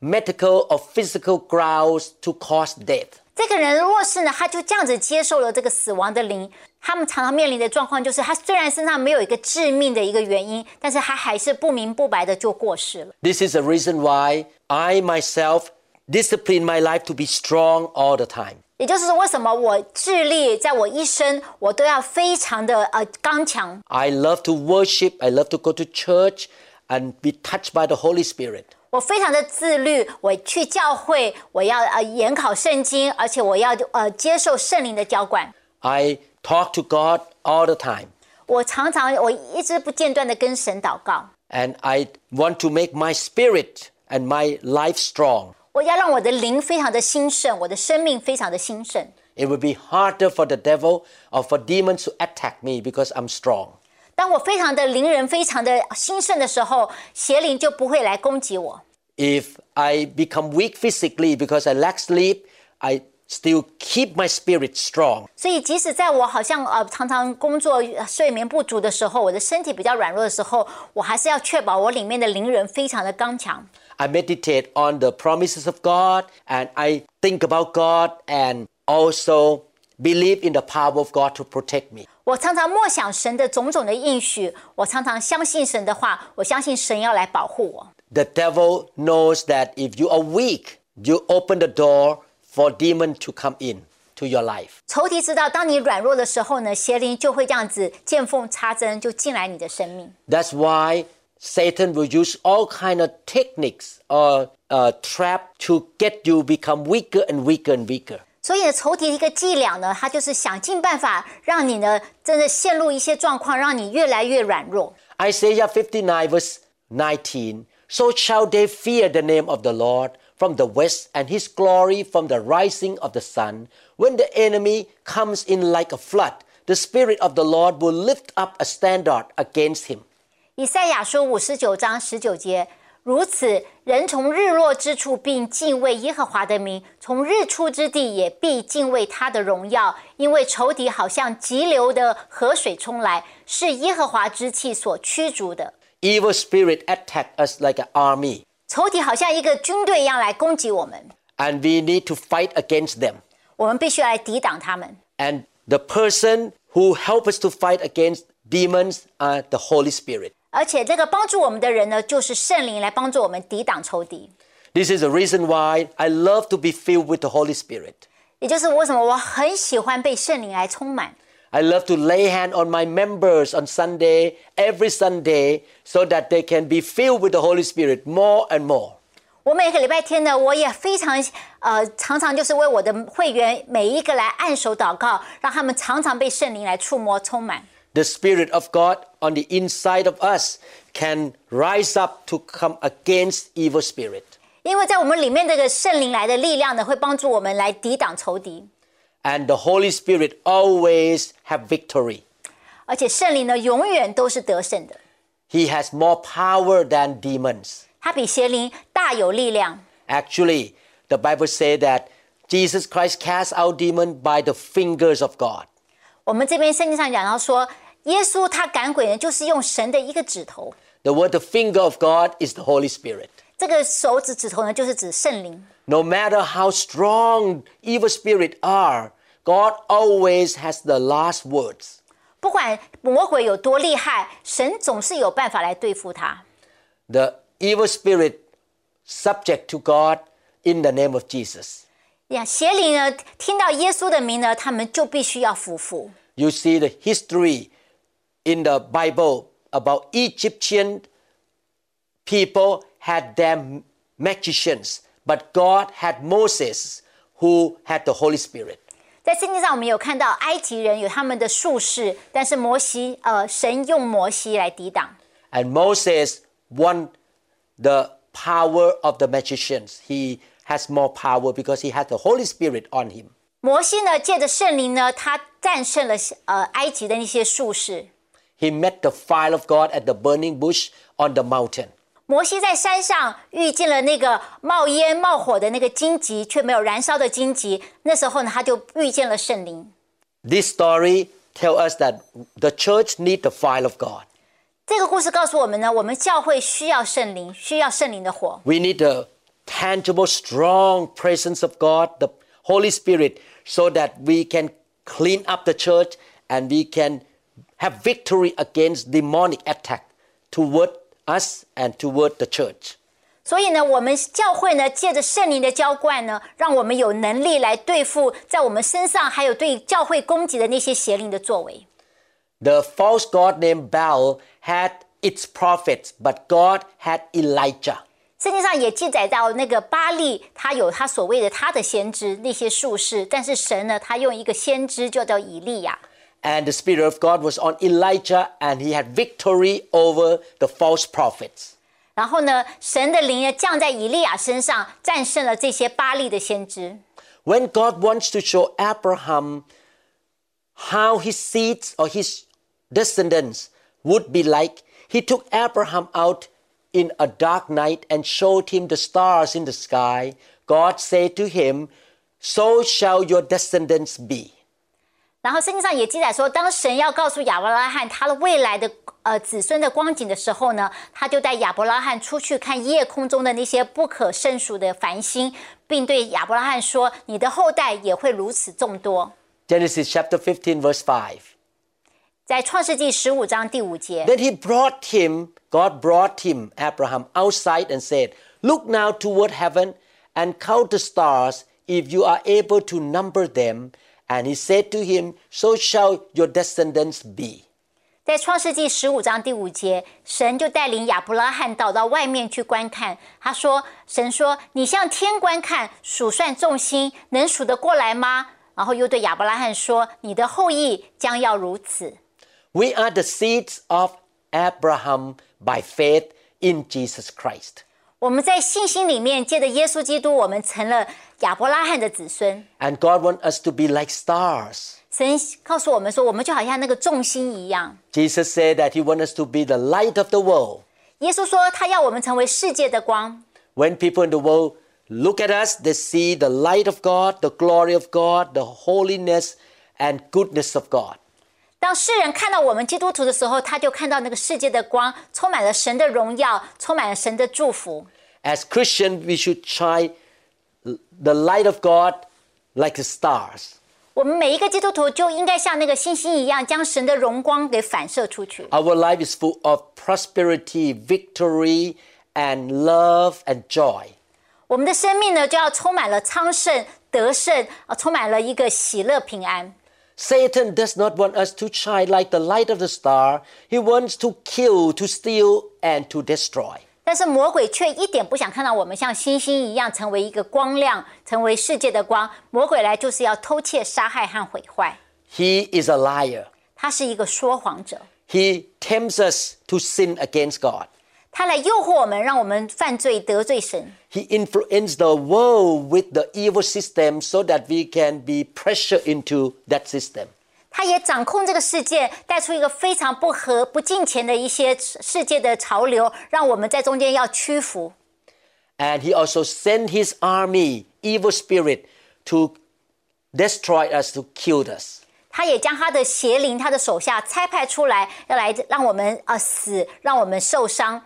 [SPEAKER 2] medical or physical grounds to cause death.
[SPEAKER 3] 这个人若是呢，他就这样子接受了这个死亡的灵，他们常常面临的状况就是，他虽然身上没有一个致命的一个原因，但是他还是不明不白的就过世了。
[SPEAKER 2] This is the reason why I myself discipline my life to be strong all the time.
[SPEAKER 3] 也就是说，为什么我致力在我一生，我都要非常的呃刚强。
[SPEAKER 2] I love to worship, I love to go to church and be touched by the Holy Spirit.
[SPEAKER 3] 我非常的自律，我去教会，我要呃研考圣经，而且我要呃接受圣灵的浇灌。
[SPEAKER 2] I talk to God all the time
[SPEAKER 3] 我常常我一直不间断的跟神祷告，
[SPEAKER 2] and I want to make my spirit and my life strong.
[SPEAKER 3] 我要让我的灵非常的兴盛，我的生命非常的兴盛。
[SPEAKER 2] It will be harder for the devil or for demons to attack me because I'm strong.
[SPEAKER 3] 当我非常的灵人、非常的兴盛的时候，邪灵就不会来攻击我。
[SPEAKER 2] If I become weak physically because I lack sleep, I still keep my spirit strong.
[SPEAKER 3] 所以，即使在我好像呃常常工作、呃睡眠不足的时候，我的身体比较软弱的时候，我还是要确保我里面的灵人非常的刚强。
[SPEAKER 2] I meditate on the promises of God and I think about God and also believe in the power of God to protect me.
[SPEAKER 3] 我常常默想神的种种的应许，我常常相信神的话，我相信神要来保护我。
[SPEAKER 2] The devil knows that if you are weak, you open the door for demon to come in to your life.
[SPEAKER 3] 仇敌知道，当你软弱的时候呢，邪灵就会这样子见缝插针，就进来你的生命。
[SPEAKER 2] That's why Satan will use all kind of techniques or uh, trap to get you become weaker and weaker and weaker.
[SPEAKER 3] 所以呢，仇敌的一个伎俩呢，他就是想尽办法让你呢，真的陷入一些状况，让你越来越软弱。
[SPEAKER 2] Isaiah 59 verse 19. So shall they fear the name of the Lord from the west and his glory from the rising of the sun. When the enemy comes in like a flood, the spirit of the Lord will lift up a standard against him.
[SPEAKER 3] 以赛亚书五十九章十九节：如此，人从日落之处并敬畏耶和华的名，从日出之地也必敬畏他的荣耀，因为仇敌好像急流的河水冲来，是耶和华之气所驱逐的。
[SPEAKER 2] Evil spirit attack us like an army,
[SPEAKER 3] 仇敌好像一个军队一样来攻击我们，
[SPEAKER 2] and we need to fight against them.
[SPEAKER 3] 我们必须来抵挡他们。
[SPEAKER 2] And the person who help us to fight against demons are the Holy Spirit.
[SPEAKER 3] 而且这个帮助我们的人呢，就是圣灵来帮助我们抵挡仇敌。
[SPEAKER 2] This is the reason why I love to be filled with the Holy Spirit.
[SPEAKER 3] 也就是为什么我很喜欢被圣灵来充满。
[SPEAKER 2] I love to lay hand on my members on Sunday, every Sunday, so that they can be filled with the Holy Spirit more and more.
[SPEAKER 3] 我每个礼拜天呢，我也非常呃，常常就是为我的会员每一个来按手祷告，让他们常常被圣灵来触摸充满。
[SPEAKER 2] The Spirit of God on the inside of us can rise up to come against evil spirit.
[SPEAKER 3] 因为在我们里面这个圣灵来的力量呢，会帮助我们来抵挡仇敌，
[SPEAKER 2] And the Holy Spirit always have victory.
[SPEAKER 3] 而且圣灵呢永远都是得胜的，
[SPEAKER 2] He has more power than demons.
[SPEAKER 3] 他比邪灵大有力量。
[SPEAKER 2] Actually, the Bible says that Jesus Christ cast out demons by the fingers of God.
[SPEAKER 3] 我们这边圣经上讲到说，耶稣他赶鬼呢，就是用神的一个指头，
[SPEAKER 2] The word the finger of God is the Holy Spirit.
[SPEAKER 3] 这个手指指头呢，就是指圣灵。
[SPEAKER 2] No matter how strong evil spirits are, God always has the last words.
[SPEAKER 3] 不管魔鬼有多厉害，神总是有办法来对付他。
[SPEAKER 2] The evil spirit subject to God in the name of Jesus.
[SPEAKER 3] 呀，邪灵呢，听到耶稣的名呢，他们就必须要服服。
[SPEAKER 2] You see the history in the Bible about Egyptian people had their magicians, but God had Moses who had the Holy Spirit.
[SPEAKER 3] 在圣经上，我们有看到埃及人有他们的术士，但是摩西，呃，神用摩西来抵挡。
[SPEAKER 2] And Moses won the power of the magicians. He has more power because he has the Holy Spirit on him.
[SPEAKER 3] 摩西呢，借着圣灵呢，他战胜了呃埃及的那些术士。
[SPEAKER 2] He met the fire of God at the burning bush on the mountain.
[SPEAKER 3] 摩西在山上遇见了那个冒烟冒火的那个荆棘，却没有燃烧的荆棘。那时候呢，他就遇见了圣灵。
[SPEAKER 2] This story tells us that the church needs the fire of God.
[SPEAKER 3] 这个故事告诉我们呢，我们教会需要圣灵，需要圣灵的火。
[SPEAKER 2] We need the tangible, strong presence of God, the Holy Spirit, so that we can clean up the church and we can have victory against demonic attack toward us and toward the church.
[SPEAKER 3] 所以呢，我们教会呢，借着圣灵的浇灌呢，让我们有能力来对付在我们身上还有对教会攻击的那些邪灵的作为。
[SPEAKER 2] The false god named Baal had its prophets, but God had Elijah.
[SPEAKER 3] 圣经上也记载到，那个巴利他有他所谓的他的先知那些术士，但是神呢，他用一个先知就叫以利亚。
[SPEAKER 2] And the Spirit of God was on Elijah, and he had victory over the false prophets.
[SPEAKER 3] 然后呢，神的灵呢降在以利亚身上，战胜了这些巴利的先知。
[SPEAKER 2] When God wants to show Abraham how his seeds or his descendants would be like, he took Abraham out in a dark night and showed him the stars in the sky. God said to him, So shall your descendants be.
[SPEAKER 3] 然后圣经上也记载说，当神要告诉亚伯拉罕他的未来的呃子孙的光景的时候呢，他就带亚伯拉罕出去看夜空中的那些不可胜数的繁星，并对亚伯拉罕说：“你的后代也会如此众多。
[SPEAKER 2] Genesis chapter 15, verse 5. ”
[SPEAKER 3] 在创世纪十五章第五节，
[SPEAKER 2] Then he brought him, God brought him, Abraham, outside and said, Look now toward heaven and count the stars, if you are able to number them. And he said to him, So shall your descendants be.
[SPEAKER 3] 在创世纪十五章第五节，神就带领亚伯拉罕到到外面去观看。他说：“神说，你向天观看，数算众星，能数得过来吗？”然后又对亚伯拉罕说：“你的后裔将要如此。”
[SPEAKER 2] We are the seeds of Abraham by faith in Jesus Christ.
[SPEAKER 3] 我们在信心里面借着耶稣基督，我们成了亚伯拉罕的子孙。
[SPEAKER 2] And God wants us to be like stars.
[SPEAKER 3] 神告诉我们说，我们就好像那个众星一样。
[SPEAKER 2] Jesus said that he wants us to be the light of the world.
[SPEAKER 3] 耶稣说，他要我们成为世界的光。
[SPEAKER 2] When people in the world look at us, they see the light of God, the glory of God, the holiness and goodness of God.
[SPEAKER 3] 当世人看到我们基督徒的时候，他就看到那个世界的光，充满了神的荣耀，充满了神的祝福。
[SPEAKER 2] As Christians, we should shine the light of God like the stars.
[SPEAKER 3] 我们每一个基督徒就应该像那个星星一样，将神的荣光给反射出去。
[SPEAKER 2] Our life is full of prosperity, victory, and love and joy.
[SPEAKER 3] 我们的生命呢，就要充满了昌盛、得胜，啊，充满了一个喜乐、平安。
[SPEAKER 2] Satan does not want us to shine like the light of the star. He wants to kill, to steal, and to destroy.
[SPEAKER 3] 但是魔鬼却一点不想看到我们像星星一样成为一个光亮，成为世界的光。魔鬼来就是要偷窃、杀害和毁坏。
[SPEAKER 2] He is a liar.
[SPEAKER 3] 他是一个说谎者，
[SPEAKER 2] He tempts us to sin against God.
[SPEAKER 3] 他来诱惑我们，让我们犯罪得罪神。
[SPEAKER 2] He influences the world with the evil system so that we can be pressured into that system.
[SPEAKER 3] 他也掌控这个世界，带出一个非常不合、不敬虔的一些世界的潮流，让我们在中间要屈服。
[SPEAKER 2] And he also sent his army, evil spirit, to destroy us, to kill us.
[SPEAKER 3] 他也将他的邪灵、他的手下差派出来，要来让我们啊、呃死，让我们受伤。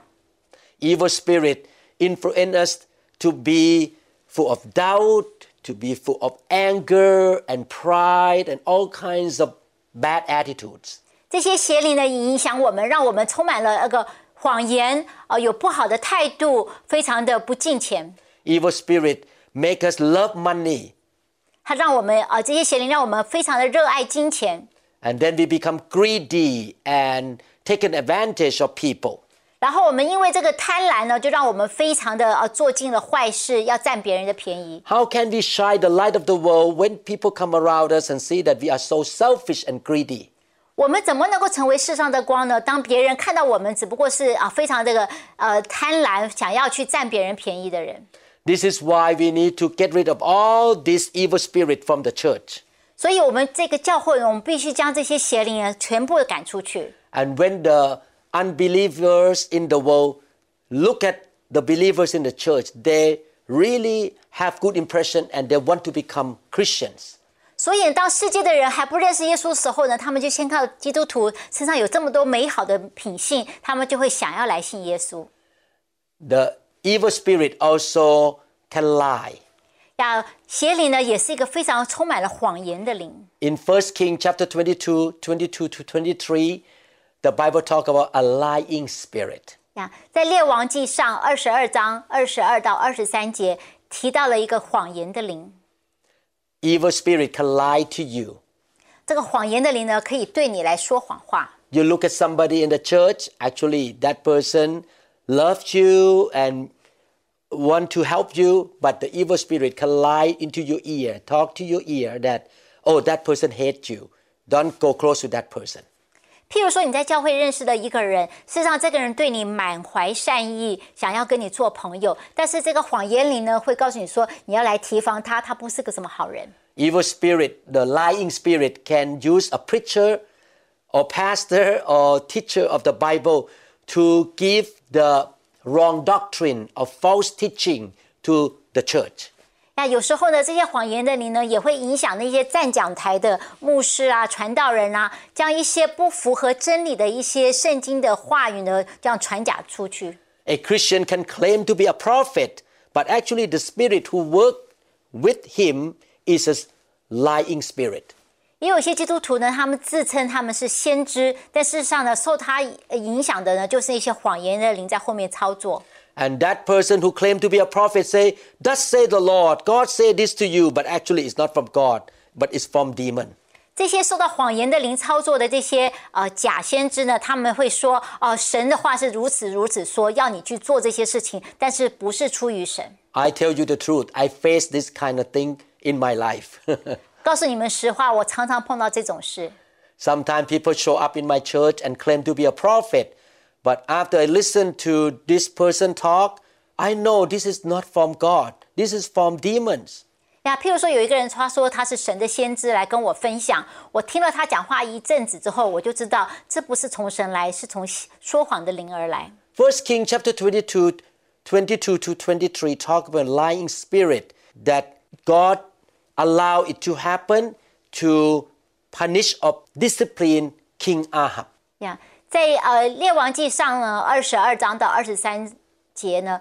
[SPEAKER 2] evil spirit influence us to be full of doubt, to be full of anger and pride and all kinds of bad attitudes.
[SPEAKER 3] 这些邪灵呢，影响我们，让我们充满了那呃个谎言，呃，有不好的态度，非常的不敬虔。
[SPEAKER 2] Evil spirit make us love money
[SPEAKER 3] 他让我们呃，这些邪灵让我们非常的热爱金钱，
[SPEAKER 2] and then we become greedy and taken advantage of people.
[SPEAKER 3] 然后我们因为这个贪婪呢，就让我们非常的呃做尽了坏事，要占别人的便宜。
[SPEAKER 2] How can we shine the light of the world when people come around us and see that we are so selfish and greedy?
[SPEAKER 3] 我们怎么能够成为世上的光呢？当别人看到我们只不过是啊、非常这个呃贪婪，想要去占别人便宜的人，
[SPEAKER 2] This is why we need to get rid of all this evil spirit from the church.
[SPEAKER 3] 所以我们这个教会呢，我们必须将这些邪灵呢全部赶出去。
[SPEAKER 2] And when the unbelievers in the world look at the believers in the church, they really have good impression and they want to become Christians.
[SPEAKER 3] 所以，当世界的人还不认识耶稣的时候呢，他们就先看到基督徒身上有这么多美好的品性，他们就会想要来信耶稣。
[SPEAKER 2] The evil spirit also can lie.
[SPEAKER 3] 呀，邪灵呢，也是一个非常充满了谎言的灵。
[SPEAKER 2] In 1 Kings chapter 22, 22 to 23, the Bible talk about a lying spirit.
[SPEAKER 3] 呀，在列王记上二十二章二十二到二十三节提到了一个谎言的灵。
[SPEAKER 2] Evil spirit can lie to you.
[SPEAKER 3] 这个谎言的灵呢，可以对你来说谎话。
[SPEAKER 2] You look at somebody in the church, actually that person loved you and want to help you, but the evil spirit can lie into your ear, talk to your ear that, oh, that person hates you. Don't go close to that person.
[SPEAKER 3] 譬如说，你在教会认识的一个人，事实上这个人对你满怀善意，想要跟你做朋友，但是这个谎言里呢，会告诉你说你要来提防他，他不是个什么好人。
[SPEAKER 2] Evil spirit, the lying spirit can use a preacher or pastor or teacher of the Bible to give the wrong doctrine or false teaching to the church.
[SPEAKER 3] 那有时候呢，这些谎言的灵呢，也会影响那些站讲台的牧师啊、传道人啊，将一些不符合真理的一些圣经的话语呢，这样传讲出去。
[SPEAKER 2] A Christian can claim to be a prophet, but actually the spirit who worked with him is a lying spirit.
[SPEAKER 3] 也有些基督徒呢，他们自称他们是先知，但事实上呢，受他呃影响的呢，就是一些谎言的灵在后面操作。
[SPEAKER 2] And that person who claimed to be a prophet say, "Thus say the Lord, God say this to you," but actually it's not from God, but it's from demon.
[SPEAKER 3] 这些受到谎言的灵操作的这些呃假先知呢，他们会说哦、神的话是如此如此说，要你去做这些事情，但是不是出于神。
[SPEAKER 2] I tell you the truth. I faced this kind of thing in my life. (laughs)
[SPEAKER 3] 告诉你们实话，我常常碰到这种事。
[SPEAKER 2] Sometimes people show up in my church and claim to be a prophet, but after I listen to this person talk, I know this is not from God. This is from demons.
[SPEAKER 3] 那譬如说，有一个人他说他是神的先知来跟我分享，我听了他讲话一阵子之后，我就知道这不是从神来，是从说谎的灵而来。
[SPEAKER 2] First King chapter 22, 22 to 23 talk about lying spirit that God allowed it to happen to punish or discipline King Ahab.
[SPEAKER 3] 呀、在呃《列王记上》呢二十二章到二十三节呢，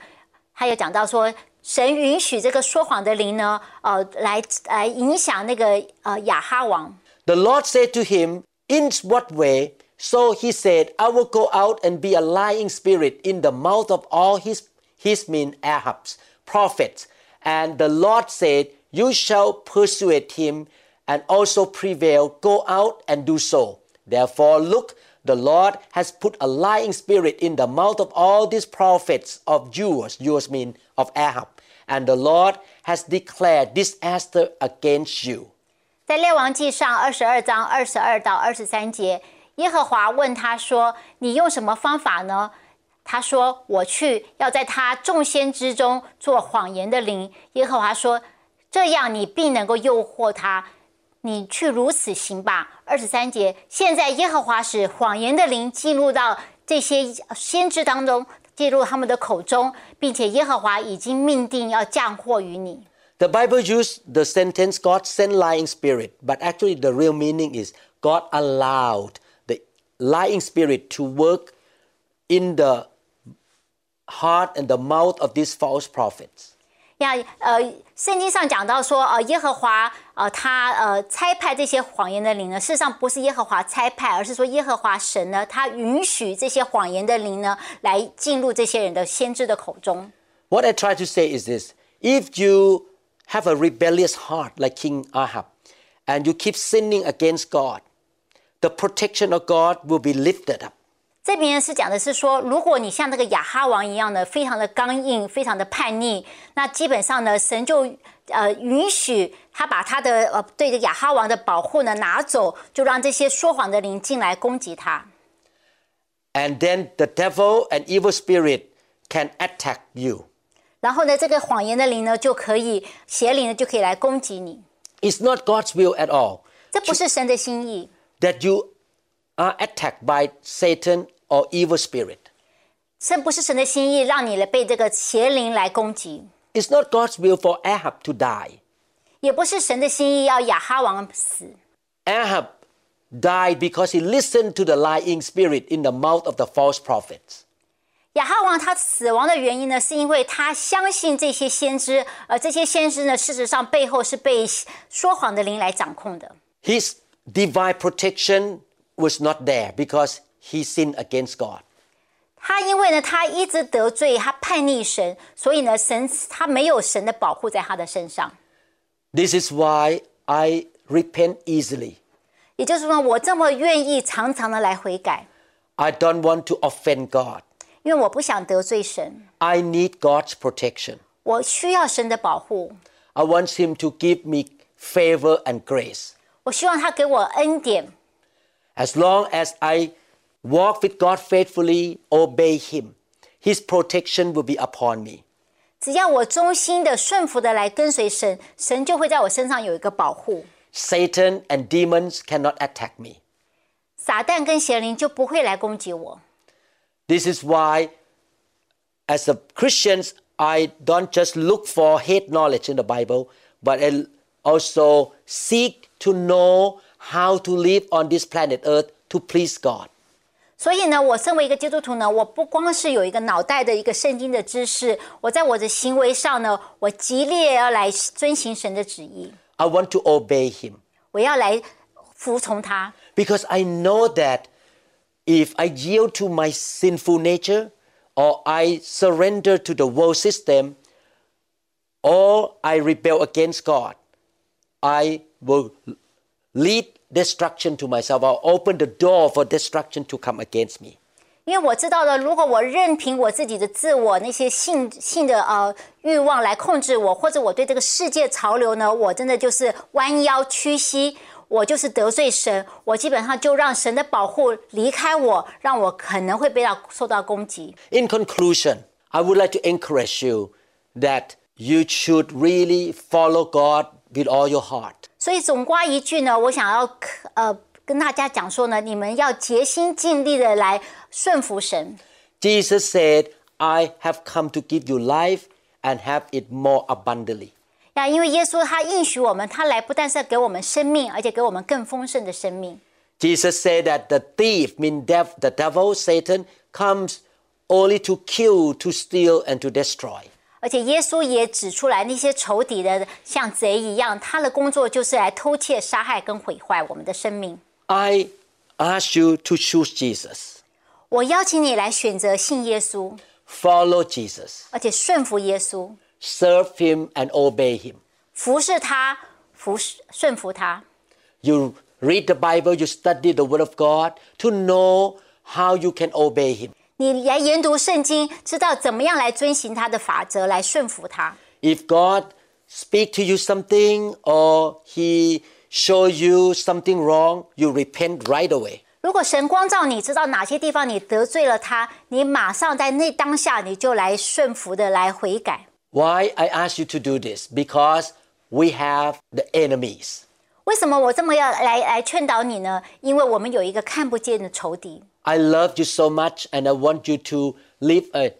[SPEAKER 3] 他有讲到说，神允许这个说谎的灵呢，呃，来来影响那个呃亚哈王。
[SPEAKER 2] The Lord said to him, In what way? So he said, I will go out and be a lying spirit in the mouth of all his, his men, Ahab's prophets. And the Lord said, You shall persuade him and also prevail, go out and do so. Therefore, look, the Lord has put a lying spirit in the mouth of all these prophets of Jews, Jews mean of Ahab, and the Lord has declared disaster against you.
[SPEAKER 3] 在列王记上二十二章二十二到二十三节，耶和华问他说：“你用什么方法呢？”他说：“我去要在他众先知中做谎言的灵。”耶和华说：“这样你必能够诱惑他，你去如此行吧。”二十三节，现在耶和华使谎言的灵进入到这些先知当中，进入他们的口中，并且耶和华已经命定要降祸于你。
[SPEAKER 2] The Bible used the sentence God sent lying spirit, but actually the real meaning is God allowed the lying spirit to work in the heart and the mouth of these false prophets.
[SPEAKER 3] 呀，呃，圣经上讲到说，呃，耶和华，呃，他呃差派这些谎言的灵呢，事实上不是耶和华差派，而是说耶和华神呢，他允许这些谎言的灵呢，来进入这些人的先知的口中。
[SPEAKER 2] What I try to say is this if you have a rebellious heart like King Ahab and you keep sinning against God, the protection of God will be lifted up.
[SPEAKER 3] 这边是讲的是说，如果你像那个亚哈王一样呢，非常的刚硬，非常的叛逆，那基本上呢，神就呃允许他把他的呃对着亚哈王的保护呢拿走，就让这些说谎的灵进来攻击他。
[SPEAKER 2] And then the devil and evil spirit can attack you.
[SPEAKER 3] 然后呢，这个谎言的灵呢，就可以邪灵呢就可以来攻击你，
[SPEAKER 2] It's not God's will at all
[SPEAKER 3] 这不是神的心意。
[SPEAKER 2] that you are attacked by Satan or evil spirit.
[SPEAKER 3] 这不是神的心意，让你来被这个邪灵来攻击，
[SPEAKER 2] It's not God's will for Ahab to die.
[SPEAKER 3] 也不是神的心意要亚哈王死。
[SPEAKER 2] Ahab died because he listened to the lying spirit in the mouth of the false prophets.
[SPEAKER 3] 亚哈王他死亡的原因呢，是因为他相信这些先知，而这些先知呢，事实上背后是被说谎的灵来掌控的。
[SPEAKER 2] His divine protection was not there because he sinned against God.
[SPEAKER 3] 他因为呢，他一直得罪，他叛逆神，所以呢，神他没有神的保护在他的身上。
[SPEAKER 2] This is why I repent easily.
[SPEAKER 3] 也就是说，我这么愿意常常的来悔改，
[SPEAKER 2] I don't want to offend God.
[SPEAKER 3] 因为我不想得罪神，
[SPEAKER 2] I need God's protection.
[SPEAKER 3] 我需要神的保护，
[SPEAKER 2] I want Him to give me favor and grace.
[SPEAKER 3] 我希望他给我恩典。
[SPEAKER 2] As long as I walk with God faithfully, obey Him, His protection will be upon me.
[SPEAKER 3] 只要我忠心的、顺服的来跟随神，神就会在我身上有一个保护，
[SPEAKER 2] Satan and demons cannot attack me.
[SPEAKER 3] 撒旦跟邪灵就不会来攻击我。
[SPEAKER 2] This is why, as a Christians, I don't just look for head knowledge in the Bible, but I also seek to know how to live on this planet Earth to please God.
[SPEAKER 3] 所以呢，我身为一个基督徒呢，我不光是有一个脑袋的一个圣经的知识，我在我的行为上呢，我极力要来遵行神的旨意，
[SPEAKER 2] I want to obey Him
[SPEAKER 3] 我要来服从他。
[SPEAKER 2] because I know that if I yield to my sinful nature or I surrender to the world system or I rebel against God, I will lead destruction to myself. I'll open the door for destruction to come against me.
[SPEAKER 3] 因为我知道了，如果我任凭我自己的自我那些性性的呃欲望来控制我，或者我对这个世界潮流呢，我真的就是弯腰屈膝，我就是得罪神，我基本上就让神的保护离开我，让我可能会被到受到攻击。
[SPEAKER 2] In conclusion, I would like to encourage you that you should really follow God with all your heart.
[SPEAKER 3] 所以总瓜一句呢，我想要呃跟大家讲说呢，你们要竭心尽力的来顺服神。
[SPEAKER 2] Jesus said, I have come to give you life and have it more abundantly.
[SPEAKER 3] 呀，因为耶稣他应许我们，他来不但是要给我们生命，而且给我们更丰盛的生命。
[SPEAKER 2] Jesus said that the thief, mean dev, the devil, Satan, comes only to kill, to steal, and to destroy.
[SPEAKER 3] 而且耶稣也指出来，那些仇敌的像贼一样，他的工作就是来偷窃、杀害跟毁坏我们的生命。
[SPEAKER 2] I ask you to choose Jesus,
[SPEAKER 3] 我邀请你来选择信耶稣，
[SPEAKER 2] follow Jesus,
[SPEAKER 3] 而且顺服耶稣，
[SPEAKER 2] serve Him, and obey Him.
[SPEAKER 3] 服侍他，服侍顺服他。
[SPEAKER 2] You read the Bible, you study the Word of God to know how you can obey Him.
[SPEAKER 3] 你来研读圣经，知道怎么样来遵行他的法则，来顺服他。
[SPEAKER 2] If God speak to you something or He show you something wrong, you repent right away.
[SPEAKER 3] 如果神光照你，知道哪些地方你得罪了他，你马上在那当下你就来顺服的来悔改。
[SPEAKER 2] Why I ask you to do this? Because we have the enemies.
[SPEAKER 3] 为什么我这么要来来劝导你呢？因为我们有一个看不见的仇敌。
[SPEAKER 2] I love you so much and I want you to live a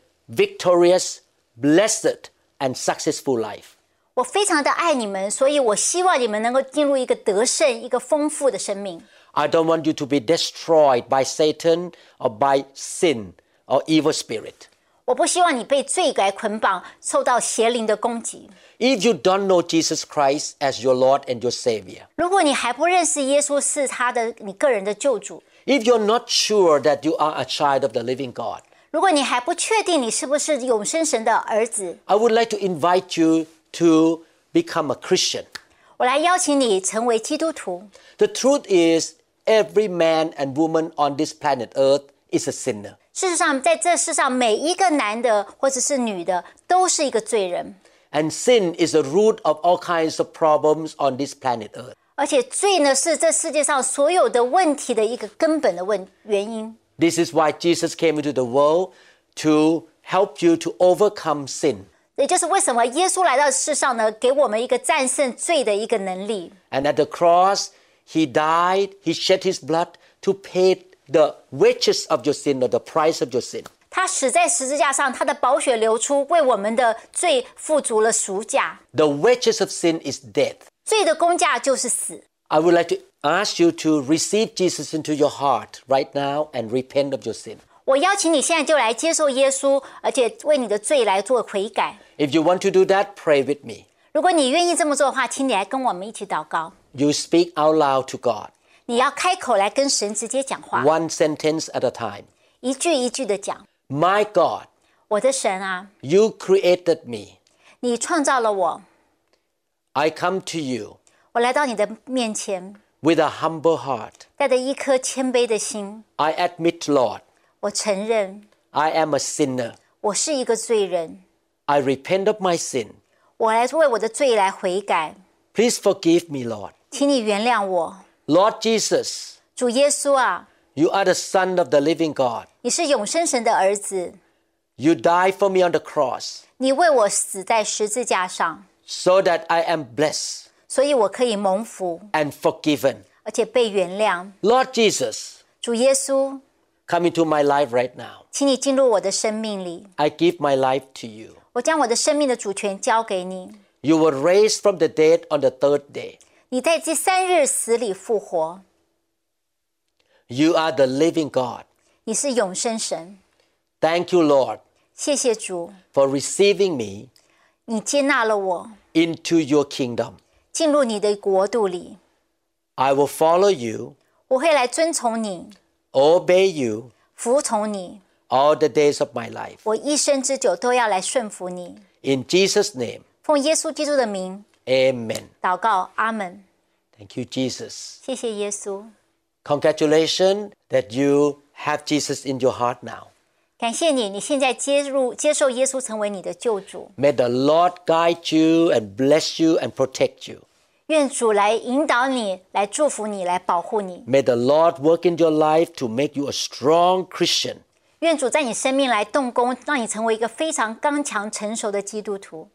[SPEAKER 2] victorious, blessed, and successful life.
[SPEAKER 3] 我非常的爱你们，所以我希望你们能够进入一个得胜、一个丰富的生命。
[SPEAKER 2] I don't want you to be destroyed by Satan or by sin or evil spirit.
[SPEAKER 3] 我不希望你被罪来捆绑，受到邪灵的攻击。
[SPEAKER 2] If you don't know Jesus Christ as your Lord and your Savior,
[SPEAKER 3] 如果你还不认识耶稣是他的你个人的救主，
[SPEAKER 2] if you're not sure that you are a child of the living God,
[SPEAKER 3] 如果你还不确定你是不是永生神的儿子，
[SPEAKER 2] I would like to invite you to become a Christian.
[SPEAKER 3] 我来邀请你成为基督徒。
[SPEAKER 2] The truth is, every man and woman on this planet Earth is a sinner.
[SPEAKER 3] 事实上，在这世上，每一个男的或者是女的都是一个罪人，
[SPEAKER 2] And sin is the root of all kinds of problems on this planet Earth.
[SPEAKER 3] 而且罪呢是这世界上所有的问题的一个根本的问原因。
[SPEAKER 2] This is why Jesus came into the world to help you to overcome sin.
[SPEAKER 3] 也就是为什么耶稣来到世上呢，给我们一个战胜罪的一个能力。
[SPEAKER 2] And at the cross, he died, he shed his blood to pay the wages of your sin or the price of your sin.
[SPEAKER 3] 他死在十字架上，他的宝血流出，为我们的罪付足了赎价。
[SPEAKER 2] The wages of sin is death.
[SPEAKER 3] 罪的工价就是死。
[SPEAKER 2] I would like to ask you to receive Jesus into your heart right now and repent of your sin.
[SPEAKER 3] 我邀请你现在就来接受耶稣，而且为你的罪来做悔改。
[SPEAKER 2] If you want to do that, pray with me.
[SPEAKER 3] 如果你愿意这么做的话，请你来跟我们一起祷告。
[SPEAKER 2] You speak out loud to God,
[SPEAKER 3] 你要开口来跟神直接讲话，
[SPEAKER 2] one sentence at a time.
[SPEAKER 3] 一句一句的讲。
[SPEAKER 2] My God,
[SPEAKER 3] 我的神啊，
[SPEAKER 2] you created me.
[SPEAKER 3] 你创造了我，
[SPEAKER 2] I come to you
[SPEAKER 3] 我来到你的面前，
[SPEAKER 2] with a humble heart.
[SPEAKER 3] 带着一颗谦卑的心，
[SPEAKER 2] I admit, Lord,
[SPEAKER 3] 我承认
[SPEAKER 2] I am a sinner.
[SPEAKER 3] 我是一个罪人，
[SPEAKER 2] I repent of my sin.
[SPEAKER 3] 我来为我的罪来悔改，
[SPEAKER 2] Please forgive me, Lord.
[SPEAKER 3] 请你原谅我，
[SPEAKER 2] Lord Jesus,
[SPEAKER 3] 主耶稣啊，
[SPEAKER 2] you are the Son of the living God.
[SPEAKER 3] 你是永生神的儿子，
[SPEAKER 2] You died for me on the cross
[SPEAKER 3] 你为我死在十字架上，
[SPEAKER 2] so that I am blessed
[SPEAKER 3] 所以我可以蒙福，
[SPEAKER 2] and forgiven.
[SPEAKER 3] 而且被原谅。
[SPEAKER 2] Lord Jesus,
[SPEAKER 3] 主耶稣，
[SPEAKER 2] come into my life right now.
[SPEAKER 3] 请你进入我的生命里，
[SPEAKER 2] I give my life to you.
[SPEAKER 3] 我将我的生命的主权交给你。
[SPEAKER 2] You were raised from the dead on the third day.
[SPEAKER 3] 你在第三日死里复活，
[SPEAKER 2] You are the living God.
[SPEAKER 3] 你是永生神。
[SPEAKER 2] Thank you, Lord,
[SPEAKER 3] 谢谢主，
[SPEAKER 2] for receiving me
[SPEAKER 3] 你接纳了我，
[SPEAKER 2] into your kingdom.
[SPEAKER 3] 进入你的国度里。
[SPEAKER 2] I will follow you,
[SPEAKER 3] 我会来遵从你，
[SPEAKER 2] obey you
[SPEAKER 3] 服从你，
[SPEAKER 2] all the days of my life.
[SPEAKER 3] 我一生之久都要来顺服你。
[SPEAKER 2] In Jesus' name,
[SPEAKER 3] 奉耶稣基督的名
[SPEAKER 2] amen.
[SPEAKER 3] 祷告，阿门。
[SPEAKER 2] Thank you, Jesus.
[SPEAKER 3] 谢谢耶稣，
[SPEAKER 2] Congratulations that you have Jesus in your heart now.
[SPEAKER 3] 感谢你，你现在接入接受耶稣成为你的救主。
[SPEAKER 2] May the Lord guide you and bless you and protect you.
[SPEAKER 3] 愿主来引导你，来祝福你，来保护你。
[SPEAKER 2] May the Lord work in your life to make you a strong Christian.
[SPEAKER 3] 愿主在你生命来动工，让你成为一个非常刚强、成熟的基督徒。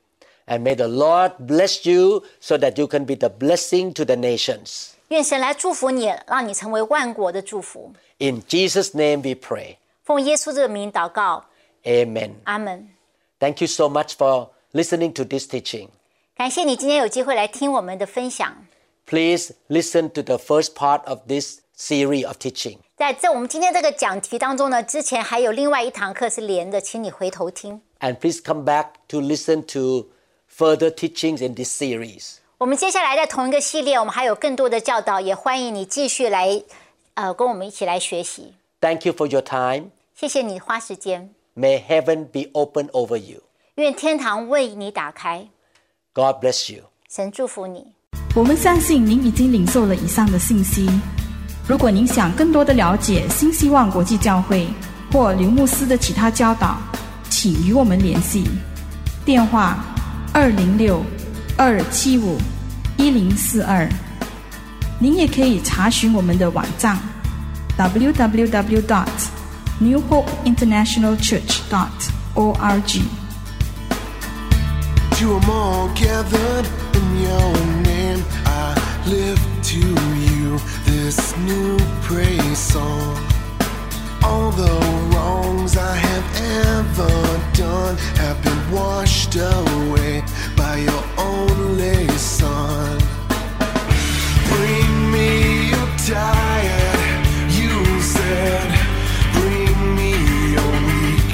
[SPEAKER 2] And may the Lord bless you so that you can be the blessing to the nations.
[SPEAKER 3] 愿神来祝福你，让你成为万国的祝福。
[SPEAKER 2] In Jesus' name we pray.
[SPEAKER 3] 奉耶稣的名祷告，
[SPEAKER 2] Amen.
[SPEAKER 3] 阿门。
[SPEAKER 2] Thank you so much for listening to this teaching.
[SPEAKER 3] 感谢你今天有机会来听我们的分享。
[SPEAKER 2] Please listen to the first part of this series of teaching.
[SPEAKER 3] 在这我们今天这个讲题当中呢，之前还有另外一堂课是连的，请你回头听。
[SPEAKER 2] And please come back to listen to further teachings in this series.
[SPEAKER 3] 我们接下来在同一个系列，我们还有更多的教导，也欢迎你继续来，呃，跟我们一起来学习。
[SPEAKER 2] Thank you for your time.
[SPEAKER 3] 谢谢你花时间，
[SPEAKER 2] May heaven be open over you.
[SPEAKER 3] 愿天堂为你打开，
[SPEAKER 2] God bless you.
[SPEAKER 3] 神祝福你。
[SPEAKER 4] 我们相信您已经领受了以上的信息。如果您想更多的了解新希望国际教会或刘牧师的其他教导，请与我们联系。电话：二零六二七五一零四二。您也可以查询我们的网站 www.newhopeinternationalchurch.org。
[SPEAKER 5] To them all gathered in your name, I lift to you this new praise song. All the wrongs I have ever done have been washed away by your only son. Bring me your tired, you said. Bring me your weak.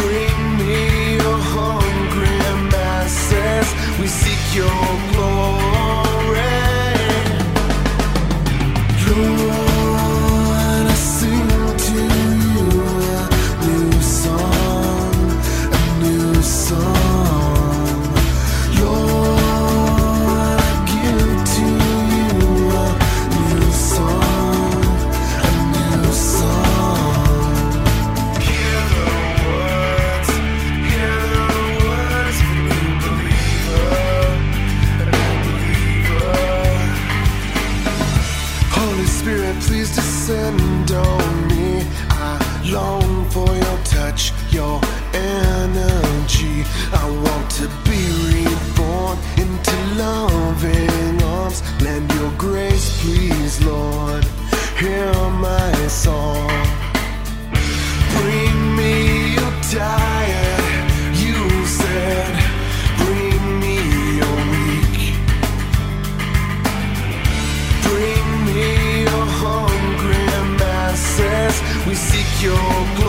[SPEAKER 5] Bring me your hungry masses. We seek your glory. Lord, I sing to you a new song, a new song. Lord, I give to you a new song, a new song. Hear the words, hear the words of a new believer, a new believer. Holy Spirit, please descend on me. I long for your touch, your energy. I want to be reborn into loving arms. Lend your grace, please, Lord. Hear my song. Bring me your diet, you said. Bring me your weak. Bring me your hungry masses. We seek your